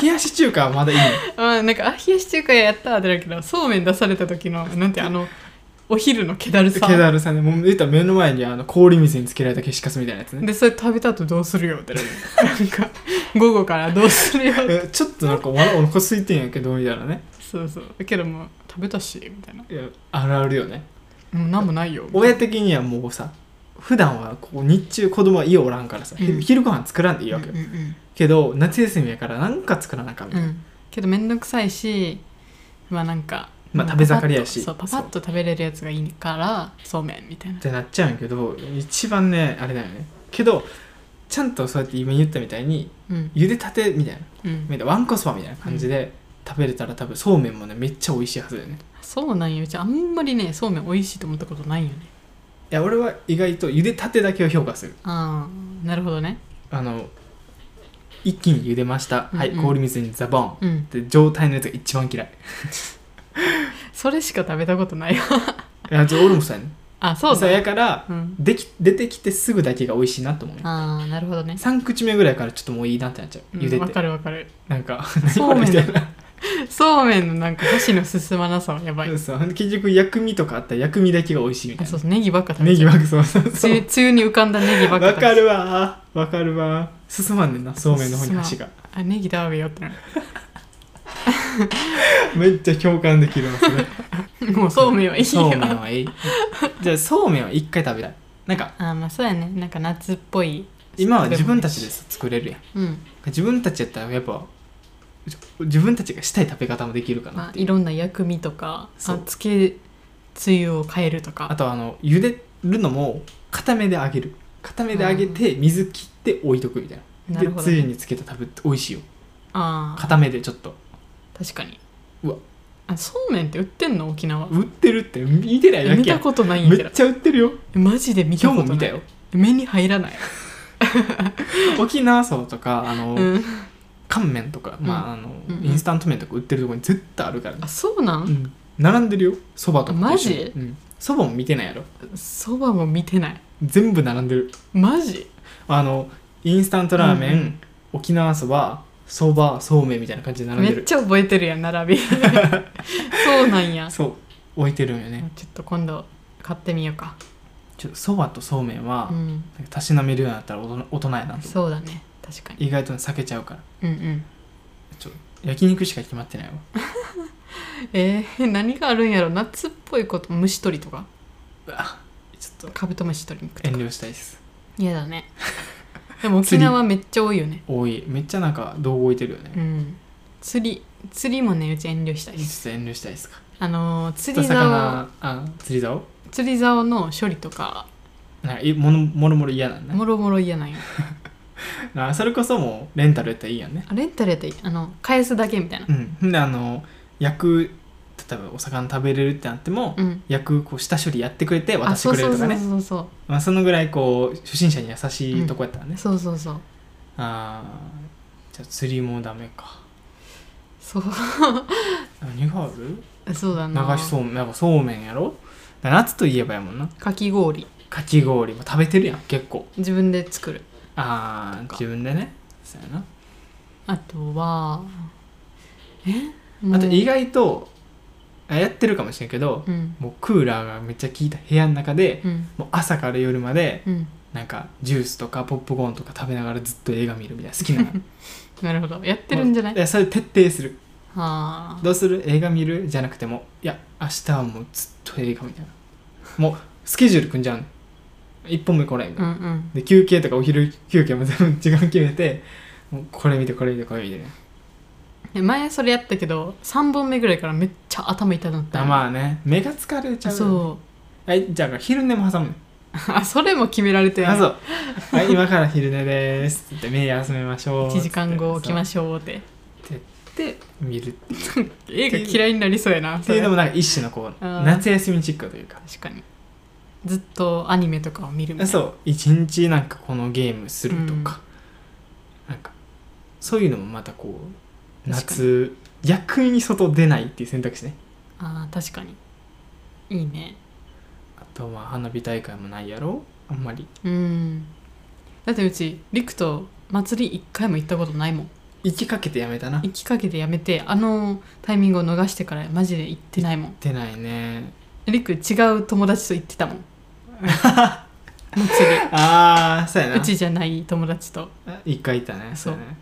冷やし中華はまだいいあなんかあ冷やし中華やったーってなるけどそうめん出された時のなんてあのお昼の気だるけさだるさねもう言ったら目の前にあの氷水につけられた消しカスみたいなやつねでそれ食べた後どうするよってなるなんか午後からどうするよってえちょっとなんかわお腹空いてんやけどみたいなねそうそうだけどもう食べたしみたいないやあるあるよねもう何もないよみたいな親的にはもうさ普段はこう日中子供は家おらんからさ、うん昼ご飯作らんでいいわけよ、うんうんけど夏休みやからなんか作らなあかんみうたんいな、うんけど面倒くさいしまあなんかまあ食べ盛りやしパパッとそうパパッと食べれるやつがいいからそうめんみたいなってなっちゃうんやけど一番ねあれだよねけどちゃんとそうやって今言ったみたいにうん茹でたてみたいなうんみたいなワンコそばみたいな感じで食べれたら多分そうめんもねめっちゃ美味しいはずだよねそうなんようちあんまりねそうめん美味しいと思ったことないよねいや俺は意外と茹でたてだけを評価するああなるほどねあの一気に茹でました、はういんうん氷水にザボンうんで状態のやつが一番嫌いそれしか食べたことないわいやじゃあ俺もそうやねあそうそだうやからうん、でき出てきてすぐだけが美味しいなと思うああなるほどね3口目ぐらいからちょっともういいなってなっちゃううん茹でて、わかるわかるなんかそうめ何んこれみたいそうめんのなんか箸の進まなさはやばいなそう結局薬味とかあったら薬味だけが美味しいみたあいそなうそうネギばっか食べネちギゃうはそうそうそう梅雨梅雨に浮かんだネギばっかわ食べちゃかうるわーわかるわー進まんねんなそうめんの方に箸があネギだべよってなるめっちゃ共感できるわそれ もうそうめんはいいそうよめんはいいじゃあそうめんは一回食べたいなんかあーまあそうやねなんか夏っぽい今は自分たちで作れるやんうん自分たちやったらやっぱじ自分たちがしたい食べ方もできるかなまっあてい、いうろんな薬味とかあそうつけつゆを変えるとあ、かとはあの茹でるのも固めで揚げる固めで揚げて水切って置いとくみたいな、なでるほどつゆにつけて食べて美味しいよああ固めでちょっと確かにうわあそうめんって売ってんの沖縄売ってるって見てないだ見けやたんことないんめやけどっちゃ売ってるよえマジで見た今こ日もとない見たよ目に入らない沖縄そとかあの、うん乾麺とか、まああのうんうんインスタント麺とか売ってるとこに絶対あるからねあそうなうんん並んでるよそばとかと一緒にマジうんそば、も見てないやろそばも見てない全部並んでるマジあのインスタントラーメン、うんう沖縄そばそばそうめんみたいな感じで並んめでっるちゃ覚えてるや ん並びそうなんやちょそう置いてるんよねっと今度買ってみようかちょっとそばとそうめんはう、んなんかたしなめるようになったら大人大人やなと思うそうだね確かに意外と避けちゃうからうんうん焼肉しか決まってないわえー、 何があるんやろ夏っぽいこと虫取りとかちょっとカブトムシ取りに行くと遠か慮したいです嫌だねでも沖縄めっちゃ多いよね多いめっちゃなんか道具置いてるよね、うん釣り釣りもねうち遠慮したいちょっと遠慮したいですかあのー釣ちょっりと竿魚あ釣り竿釣り竿の処理とかなんかいものもろもろ嫌なんだもろもろ嫌なんよあそれこそもうレンタルやったらいいやんねあレンタルやったらいいあの返すだけみたいなうんほんであの焼く例えばお魚食べれるってなっても、うん焼くこう下処理やってくれて渡あしてそうくれそるうとかそうねそうそまあ、そのぐらいこう初心者に優しいとこやったらね、うそうそうそうあーじゃあ釣りもダメかそう何があるそう だな流しそうめんなんかそうめんやろだから夏といえばやもんなかき氷かき氷も食べてるやん結構自分で作るああとか自分でねそうやなあとはえもうあと意外とあやってるかもしれんけど、うんもうクーラーがめっちゃ効いた部屋の中でうんもう朝から夜までうんなんかジュースとかポップコーンとか食べながらずっと映画見るみたいな好きな やなるほどやってるんじゃないそれ徹底するあーどうする映画見るじゃなくてもいや明日はもうずっと映画みたいなもうスケジュール組んじゃうの1本目これみたいなうんうんで休憩とかお昼休憩も全部時間決めてもうこれ見てこれ見てこれ見てねえ前それやったけど3本目ぐらいからめっちゃ頭痛なっただまあね目が疲れちゃううそうはいじゃあ昼寝も挟むあそれも決められてあそうはい今から昼寝ですって目休めましょう1時間後起きまししょうってて見るっ映画嫌いになりそうやなてそいうれのもなんか一種のこうあー夏休みチックというか確かにずっとアニメとかを見るみたいなそう一日なんかこのゲームするとか、なんかそういうのもまたこう確かに夏逆に外出ないっていう選択肢ねあー確かにいいねあとまあ花火大会もないやろあんまりうんだってうち陸と祭り一回も行ったことないもん行きかけてやめたな行行きかけてやめてあのタイミングを逃してからマジで行ってないもんってないね陸違う友達と行ってた もん祭りああそうやなうちじゃない友達とあ一回行ったねそうやね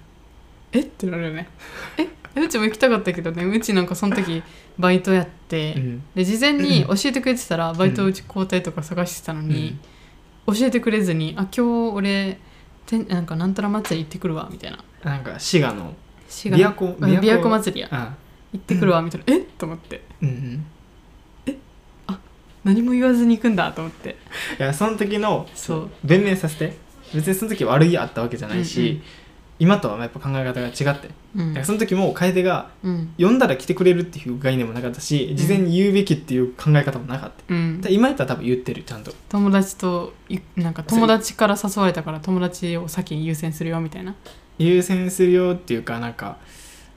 えってなるよねえうちも行きたかったけどねうちなんかその時バイトやって、うんで事前に教えてくれてたらバイトうち交代とか探してたのに、教えてくれずに「あ今日俺てんなんかなんたら祭り行ってくるわ」みたいななんか滋賀の「琵滋賀琶の湖琵琶湖祭りやあ行ってくるわ」みたいな「えっ?」と思ってうんうん何も言わずに行くんだと思っていやその時のそう弁明させて別にその時悪いあったわけじゃないし、うんうん今とはやっぱ考え方が違ってうんだからその時も楓がうん呼んだら来てくれるっていう概念もなかったし事前に言うべきっていう考え方もなかった、うんだから今やったら多分言ってるちゃんと友達といなんか友達から誘われたから友達を先に優先するよみたいな優先するよっていうかなんか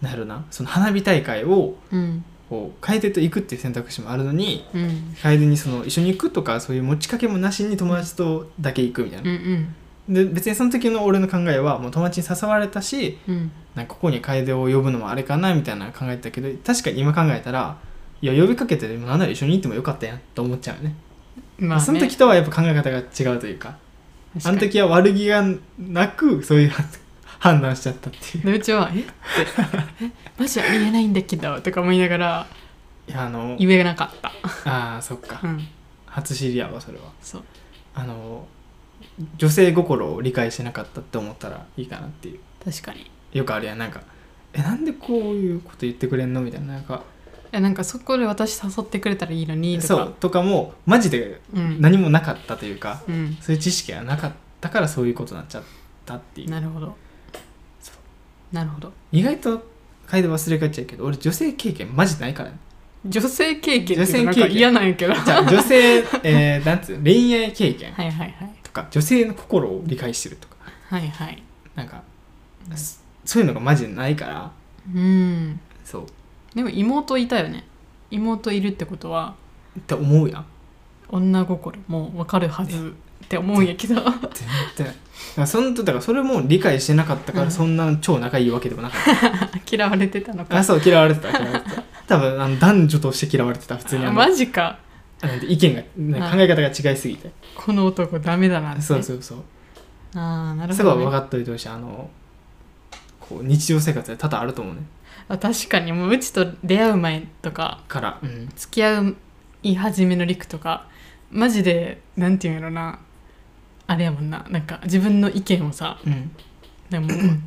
なるなその花火大会をうんこう楓と行くっていう選択肢もあるのにうん楓にその一緒に行くとかそういう持ちかけもなしに友達とだけ行くみたいうんうな、んで別にその時の俺の考えはもう友達に誘われたしうんなんかここに楓を呼ぶのもあれかなみたいなの考えてたけど確かに今考えたらいや呼びかけてでもなんなら一緒に行ってもよかったやんと思っちゃうよね,、まあねその時とはやっぱ考え方が違うというか確かあにの時は悪気がなくそういう判断しちゃったっていうでうちは「えっ?」て「えマジありえないんだけど」とか思いながらいやあの言えなかったあーそっかうん初知り合わそれはそうあの女性心を理解しなかったって思ったらいいかなっていう確かによくあるやんなんか「えなんでこういうこと言ってくれんの?」みたいななんかえなんかそこで私誘ってくれたらいいのにとかそうとかもマジでうん何もなかったというか、うんそういう知識がなかったからそういうことになっちゃったっていうなるほどそなるほど意外と楓忘れがちやけど俺女性経験マジないからね女性経験女って性なん経か験嫌なんやけどはじゃあ 女性、えーなんつうの恋愛経験いはいはいとか女性の心を理解してるとかはいはいなんか、そそういうのがマジでないからうんそうでも妹いたよね妹いるってことはって思うやん女心もわかるはずって思うんや けど全然だからそのだからそれも理解してなかったかうんらそんな超仲いいわけでもなかっ嫌われてたのた、かあそう嫌われてた嫌われてた多分あの男女として嫌われてた普通にあのマジかなんて意見がねあ考え方が違いすぎてこの男ダメだなってそうそうそうああなるそほこど、はね、分かっといてほしいあのこう日常生活で多々あると思うねあ確かにもううちと出会う前とかから、うん、付き合い始めのりくとかマジでなんていうんやろなあれやもんななんか自分の意見をさうん、で ももう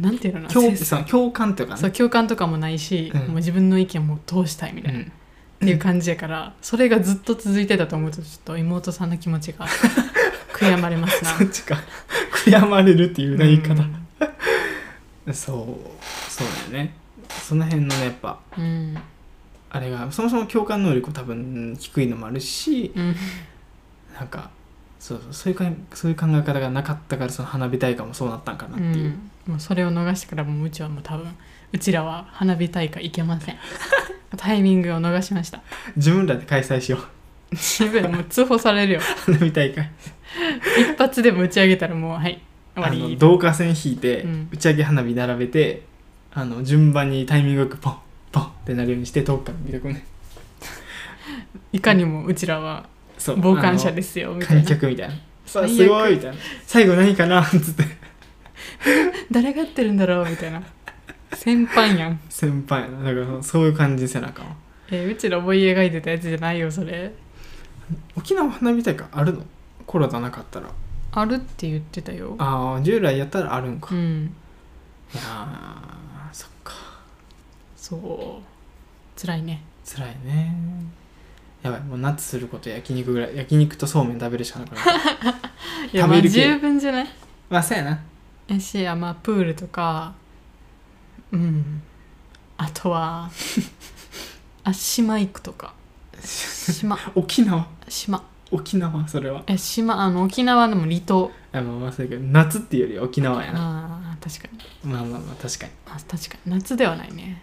なんていうのな共せその共感というかそうね共感とかもないし、うんもう自分の意見も通したいみたいな、うんっていう感じやからそれがずっと続いてたと思うとちょっと妹さんの気持ちが悔やまれますな そっちか 悔やまれるっていうね言い方、うんそうそうだよねその辺のねやっぱうんあれがそもそも共感能力も多分低いのもあるしうんなんかそうそうそういうかそういう考え方がなかったからその花火大会もそうなったんかなっうていう、ん、もうそれを逃してからもううちはもう多分うちらは花火大会行けませんタイミングを逃しました自分らで開催しよう 自分もう通報されるよ花火大会一発でも打ち上げたらもうはい終わあのり導火線引いて、うん打ち上げ花火並べてあの順番にタイミングよくポンポンってなるようにして遠くから見てこねいかにもうちらはそう傍観者でですよみたい観な客みたいなさあ最悪すごいみたいな最後何かなっつって誰がやってるんだろうみたいな先輩やん、先輩やなだからそういう感じせなあかんわえーうちら思い描いてたやつじゃないよそれ沖縄花火大会あるのコロナなかったらあるって言ってたよああ従来やったらあるんか、いうんやーそっかそう辛いね辛いねやばいもう夏すること焼肉ぐらい焼肉とそうめん食べるしかなくなった い食やまべある系十分じゃないまあそうやなやしまあプールとかうんあと はあ島行くとか島沖縄島沖縄それはえ島あの沖縄でも離島あまあまあそうやけど夏っていうよりは沖縄やなあー確かにまあまあまあ確かにあ確かに夏ではないね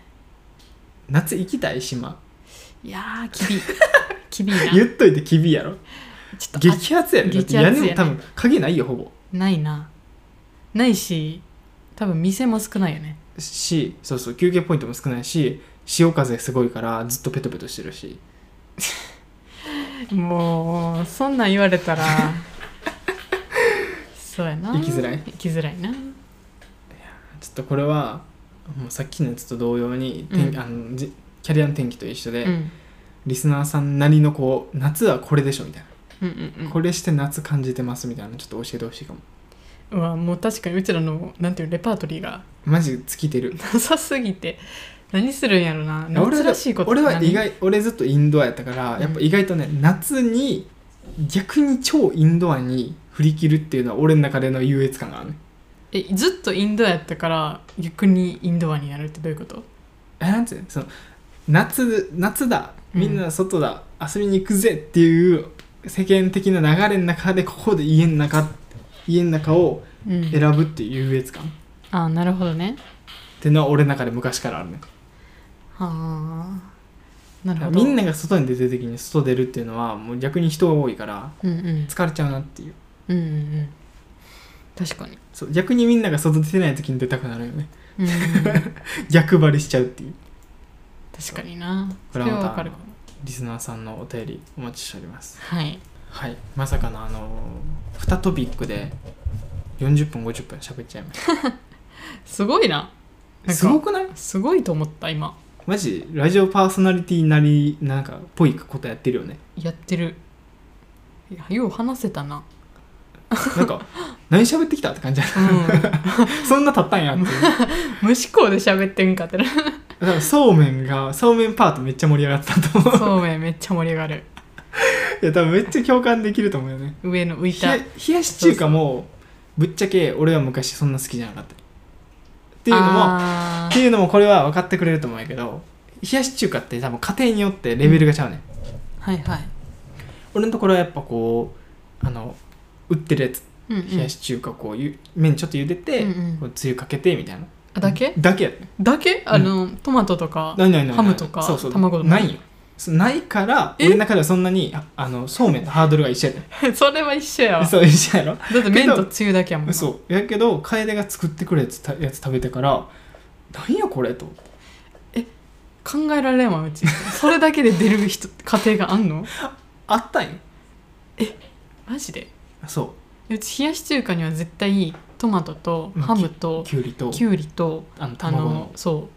夏行きたい島いやー 厳い厳いな言っといてきびやろちょっとあ激アツやろだって激アツや屋ね根も多分影ないよほぼないなないし多分店も少ないよねしそうそう休憩ポイントも少ないし潮風すごいからずっとペトペトしてるしもうそんなん言われた らそうやな行きづらい行きづらいなちょっとこれはもうさっきのやつと同様に、天うんあのじキャリアの天気と一緒で、うんリスナーさんなりのこう夏はこれでしょみたいな、うんうんうんこれして夏感じてますみたいなのちょっと教えてほしいかもうわもう確かにうちらのなんていうのレパートリーが マジ尽きてるなさすぎて何するんやろな俺夏ららしいこと俺は何意外俺ずっとインドアやったから、うんやっぱ意外とね夏に逆に超インドアに振り切るっていうのは俺の中での優越感があるねえずっとインドアやったから逆にインドアになるってどういうことえなんていうのその夏夏だうんみんな外だ、遊びに行くぜっていう世間的な流れの中でここで家の中家の中をうん選ぶっていう優越感っああなるほどねていうのは俺の中で昔からあるねはあなるほどみんなが外に出てる時に外出るっていうのはもう逆に人が多いからうんうん疲れちゃうなっていううんうんうん確かにそう逆にみんなが外出てない時に出たくなるよね うん確逆張りしちゃうっていうかになそこれれははまたわかるかもリスナーさんのお便りお待ちしておりますはいはいまさかのあの2トピックで40分50分喋っちゃいましすごいなたなんすごかくないすごいと思った今マジラジオパーソナリティなりなんかっぽいことやってるよねやってるいやよう話せたななんか 何喋ってきたって感じだうんそんな経ったんやっていう無思考で喋ってんかってなだからそうめんがそうめんパートめっちゃ盛り上がったと思うそうめんめっちゃ盛り上がるいや多分めっちゃ共感できると思うよね上の浮い冷たや冷やし中華もぶっちゃけ俺は昔そんな好きじゃなかったっていうのもあってーいうのもこれは分かってくれると思うんやけど冷やし中華って多分家庭によってレベルがちゃうね、はいはい、俺のところはやっぱこうあの売ってるやつうんうん冷やし中華こうゆ麺ちょっと茹でて、うんうんこうつゆかけてみたいなあだけだけやねだけあの、トマトとかないないないないハムとかそうそう卵とかないよそうないからえ俺の中ではそんなにああのそうめんとハードルが一緒やねそれは一緒やわだそう一緒やろって麺とつゆだけやもんなそうやけど楓が作ってくれたやつ食べてからなんやこれと考えられんわうちそれだけで出る人家庭があんのあったんよマジでそうち冷やし中華には絶対トマトとうんハムうときゅうりときゅうりとあのあ卵ののそ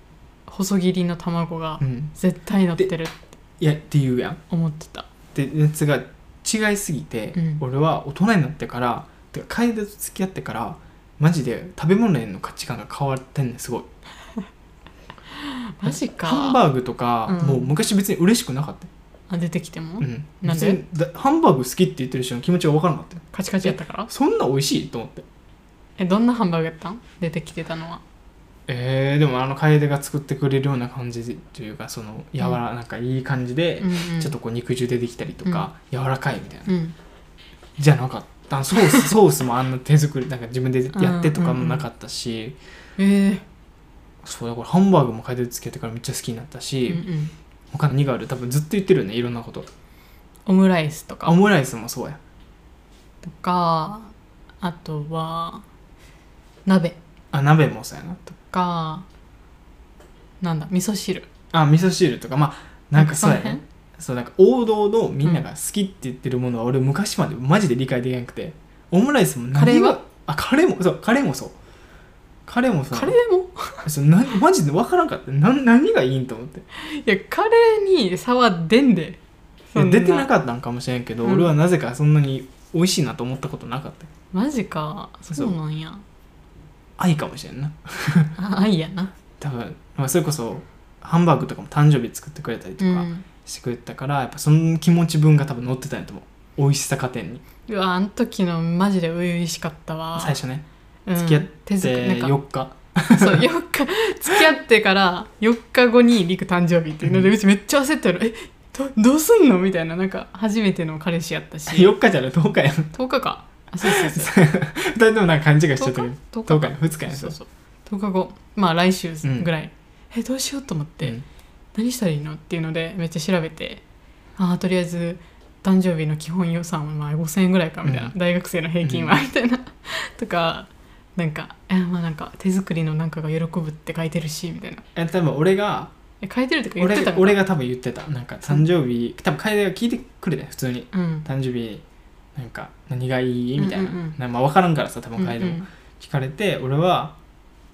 う細切りの卵がうん絶対乗ってるっていやっていうやん思ってたで熱が違いすぎて、うん俺は大人になってからてか楓と付き合ってからマジで食べ物への価値観が変わってんねんすごいマジかハンバーグとか、うんもう昔別に嬉しくなかったよあ出てきても、うんなんで別にだハンバーグ好きって言ってる人の気持ちが分からなかったよカチカチやったからそんな美味しいと思ってえどんなハンバーグやったん出てきてたのはえー、でもあの楓が作ってくれるような感じというかその柔らなんかいい感じで、うんうんちょっとこう肉汁出てきたりとか、柔らかいみたいな、うんじゃなかったソー スソースもあんな手作りなんか自分でやってとかうんうんもうんなかったし、ええそうだからハンバーグも楓つけてからめっちゃ好きになったし、うんうん、他の2がある多分ずっと言ってるよねいろんなことオムライスとかオムライスもそうやとかあとは鍋あ鍋もそうやなとかなんだ味噌汁あ味噌汁とかまあなんかそうやそのね辺そうなんか王道のみんなが好きって言ってるものは俺昔までマジで理解できなくてオムライスも何がカレーはあカレーもそうカレーもそうカレーもそうカレーも そうなマジで分からんかったな何がいいんと思っていやカレーに差は出んでそん出てなかったんかもしれんけど、うん俺はなぜかそんなに美味しいなと思ったことなかったマジかそそううなんや愛かもしれんなあ愛やな多分、まあ、それこそハンバーグとかも誕生日作ってくれたりとうかんしてくれたから、やっぱその気持ち分が多分乗ってたんやと思う美味しさ加点にうわあの時のマジで初々しかったわ最初ねうん付き合っ手作でりなんか4日 そう4日 付き合ってから4日後にりく誕生日っていうので、うちめっちゃ焦ってるえどどうすんのみたいななんか初めての彼氏やったし4日じゃない10日やん 10日かあそうそうそ う2人ともなんか勘違いしちゃったけど10 10日かや2日やんそううそう10日後まあ来週うんぐらい、えどうしようと思って、うん何したらいいのっていうのでめっちゃ調べてあーとりあえず誕生日の基本予算はまあ5,000円ぐらいかみたいな、う大学生の平均はみたいな、 とかなんかえまあなんか手作りのなんかが喜ぶって書いてるしみたいなえ多分俺がえ書いてるとか言っ俺てたがの俺が多分言ってたなんか誕生日多分楓が聞いてくれたよ普通にうん誕生日なんか何がいいみたいな,、うんうんうんなんかまあ分からんからさ多分うんう楓もん聞かれて、俺は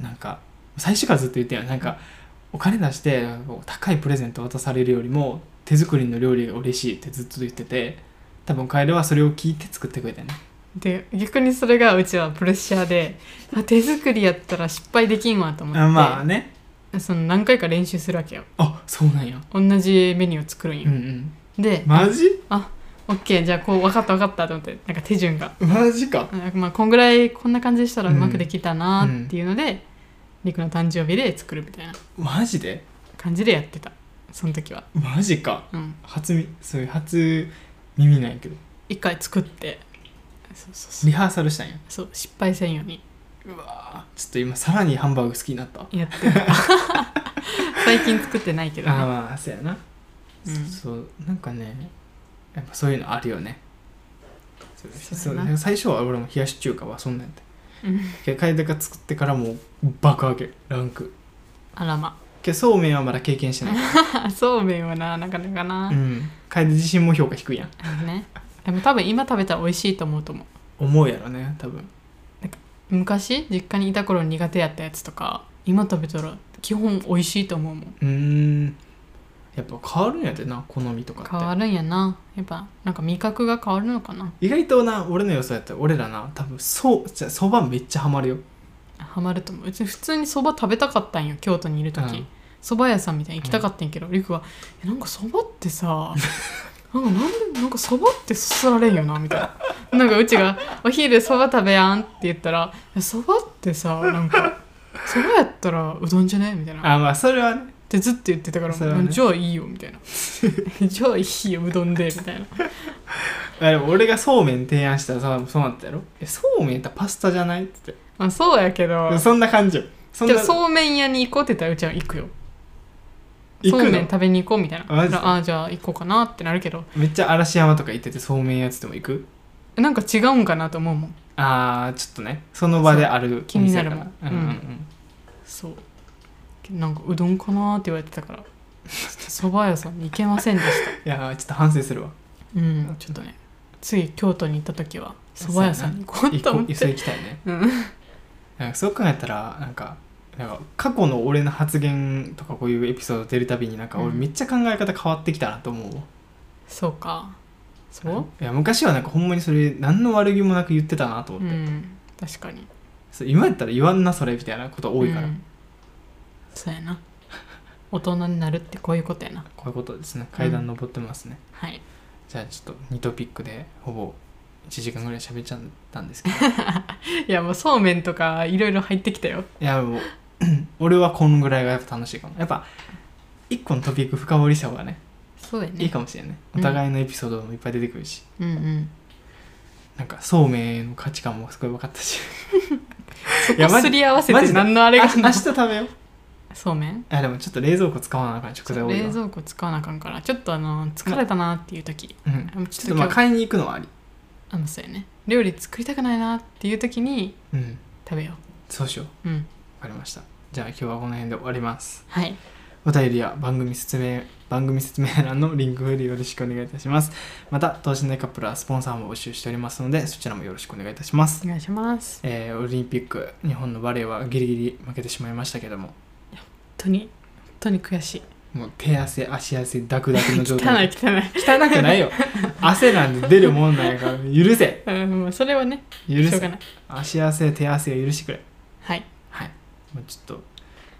なんか最初からずっと言ってよなんかお金出して高いプレゼント渡されるよりも手作りの料理が嬉しいってずっと言ってて多分楓はそれを聞いて作ってくれたよねで逆にそれがうちはプレッシャーであ手作りやったら失敗できんわと思って、あまあねその何回か練習するわけよあそうなんや同じメニューを作るんうよんうんで、マジオッケーじゃあこう分かった分かったと思ってなんか手順が、マジかうんまあ、こんぐらいこんな感じでしたらうまくできたなうんっていうので、りくの誕生日で作るみたいなマジで感じでやってたその時はマジかうん初みそういう初耳なんやけど一回作ってそうそうそうリハーサルしたんやそう失敗せんようにうわーちょっと今さらにハンバー グ好きになったあやってた最近作ってないけーどねまあそうやなうんそうなんかねやっぱそういうのあるよねそうそうやなそう最初は俺も冷やし中華はそんなんやっうんて楓が作ってからもう爆上げランクあらまけどそうめんはまだ経験してない、 あそうめんはななかなかうな、ん、楓自身も評価低いやんねでも多分今食べたら美味しいと思うと思う思うやろね多分昔実家にいた頃苦手やったやつとか今食べたら基本美味しいと思うもんうーんやっぱ変わるんやってな好みとかって変わるんやなやっぱなんか味覚が変わるのかな意外とな俺の予想やったら俺らな多分そうじゃあそばめっちゃハマるよハマると思ううち普通にそば食べたかったんよ京都にいるうん時そば、蕎麦屋さんみたいに行きたかったんやけど、りくは「えなんかそばっ てさなんかなんでなんかそばってすすられんよな」みたいななんかうちが「お昼そば食べやん」って言ったら「そばってさなんかそばやったらうどんじゃね?」みたいなっあまあそれはねてずっと言ってたから「それはねじゃあいいよ」みたいな「じゃあいいようどんで」みたいなあでも俺がそうめん提案したらさそうなったやろえそうめんやったらパスタじゃないって言ってまあそうやけどでもそんな感じよそんじゃなあそうめん屋に行こうって言ったらうちは行くよ行そうくめんの食べに行こうみたいなあマジでああじゃあ行こうかなってなるけどめっちゃ嵐山とか行っててそうめんやつでも行くなんか違うんかなと思うもんあーちょっとねその場である気おに店なやるかもんらうんうんうんそうなんかうどんかなって言われてたからそば屋さんに行けません でしたいやーちょっと反省 するわうんちょっとね次京都に行った時はそば屋さんに行こう一と個思っ一緒て行きたいねうんなんかそう考えたらなんかなんか過去の俺の発言とかこういうエピソード出るたびになんか俺うんめっちゃ考え方変わってきたなと思うわ、そうかそういや昔はなんかほんまにそれ何の悪気もなく言ってたなとう思って、ん確かにそう今やったら言わんなそれみたいなこと多いから、うんそうやな大人になるってこういうことやなこういうことですね階段登ってますね、はいじゃあちょっと2トピックでほぼ1時間ぐらい喋っちゃったんですけど いやもうそうめんとかいろいろ入ってきたよいやもう 俺はこのぐらいがやっぱ楽しいかもやっぱ1個のトピック深掘りした方がねそうやねいいかもしれない、うんお互いのエピソードもいっぱい出てくるしうんうんなんかそうめんへの価値観もすごい分かった しそいやこマジすり合わせマジてで何のあれあがあん明の日食べようそうめんあでもちょっと冷蔵庫使わなあかん食材多い冷わ蔵庫使わなあかんからちょっとあの疲れたなっていう時、うんあのちょちっとょっとまあ今日買いに行くのはありあのそうやね料理作りたくないなっていう時にうん食べよそうしようううんわかりましたじゃあ今日はこの辺で終わりますはいお便りや番組説明番組説明欄のリンクよりよろしくお願いいたしますまた等身大カップルはスポンサーも募集しておりますのでそちらもよろしくお願いいたしますお願いしますえーオリンピック日本のバレーはギリギリ負けてしまいましたけども本当に本当に悔しいもう手汗足汗ダクダクの汚状態い汚い汚くないよ汗なんて出るもんなんやから許せ うんもうそれはね許しょうがせない足汗手汗を許してくれはいはいもうちょっと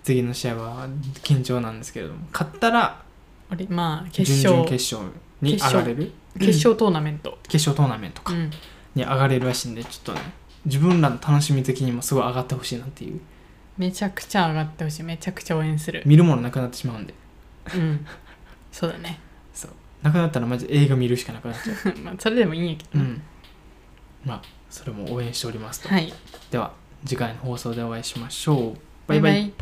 次の試合は緊張なんですけれども勝ったら俺まあ決準勝々決勝に上がれる決勝トーナメント、決勝トーナメントかうん、に上がれるらしいんでちょっとね自分らの楽しみ的にもすごい上がってほしいなっていうめちゃくちゃ上がってほしいめちゃくちゃ応援する見るものなくなってしまうんでうんそうだね なくなったらマジ映画見るしかなくなっちゃうまあそれでもいいんやけうどな、んまあそれも応援しておりますとはいでは次回の放送でお会いしましょうバイバイイ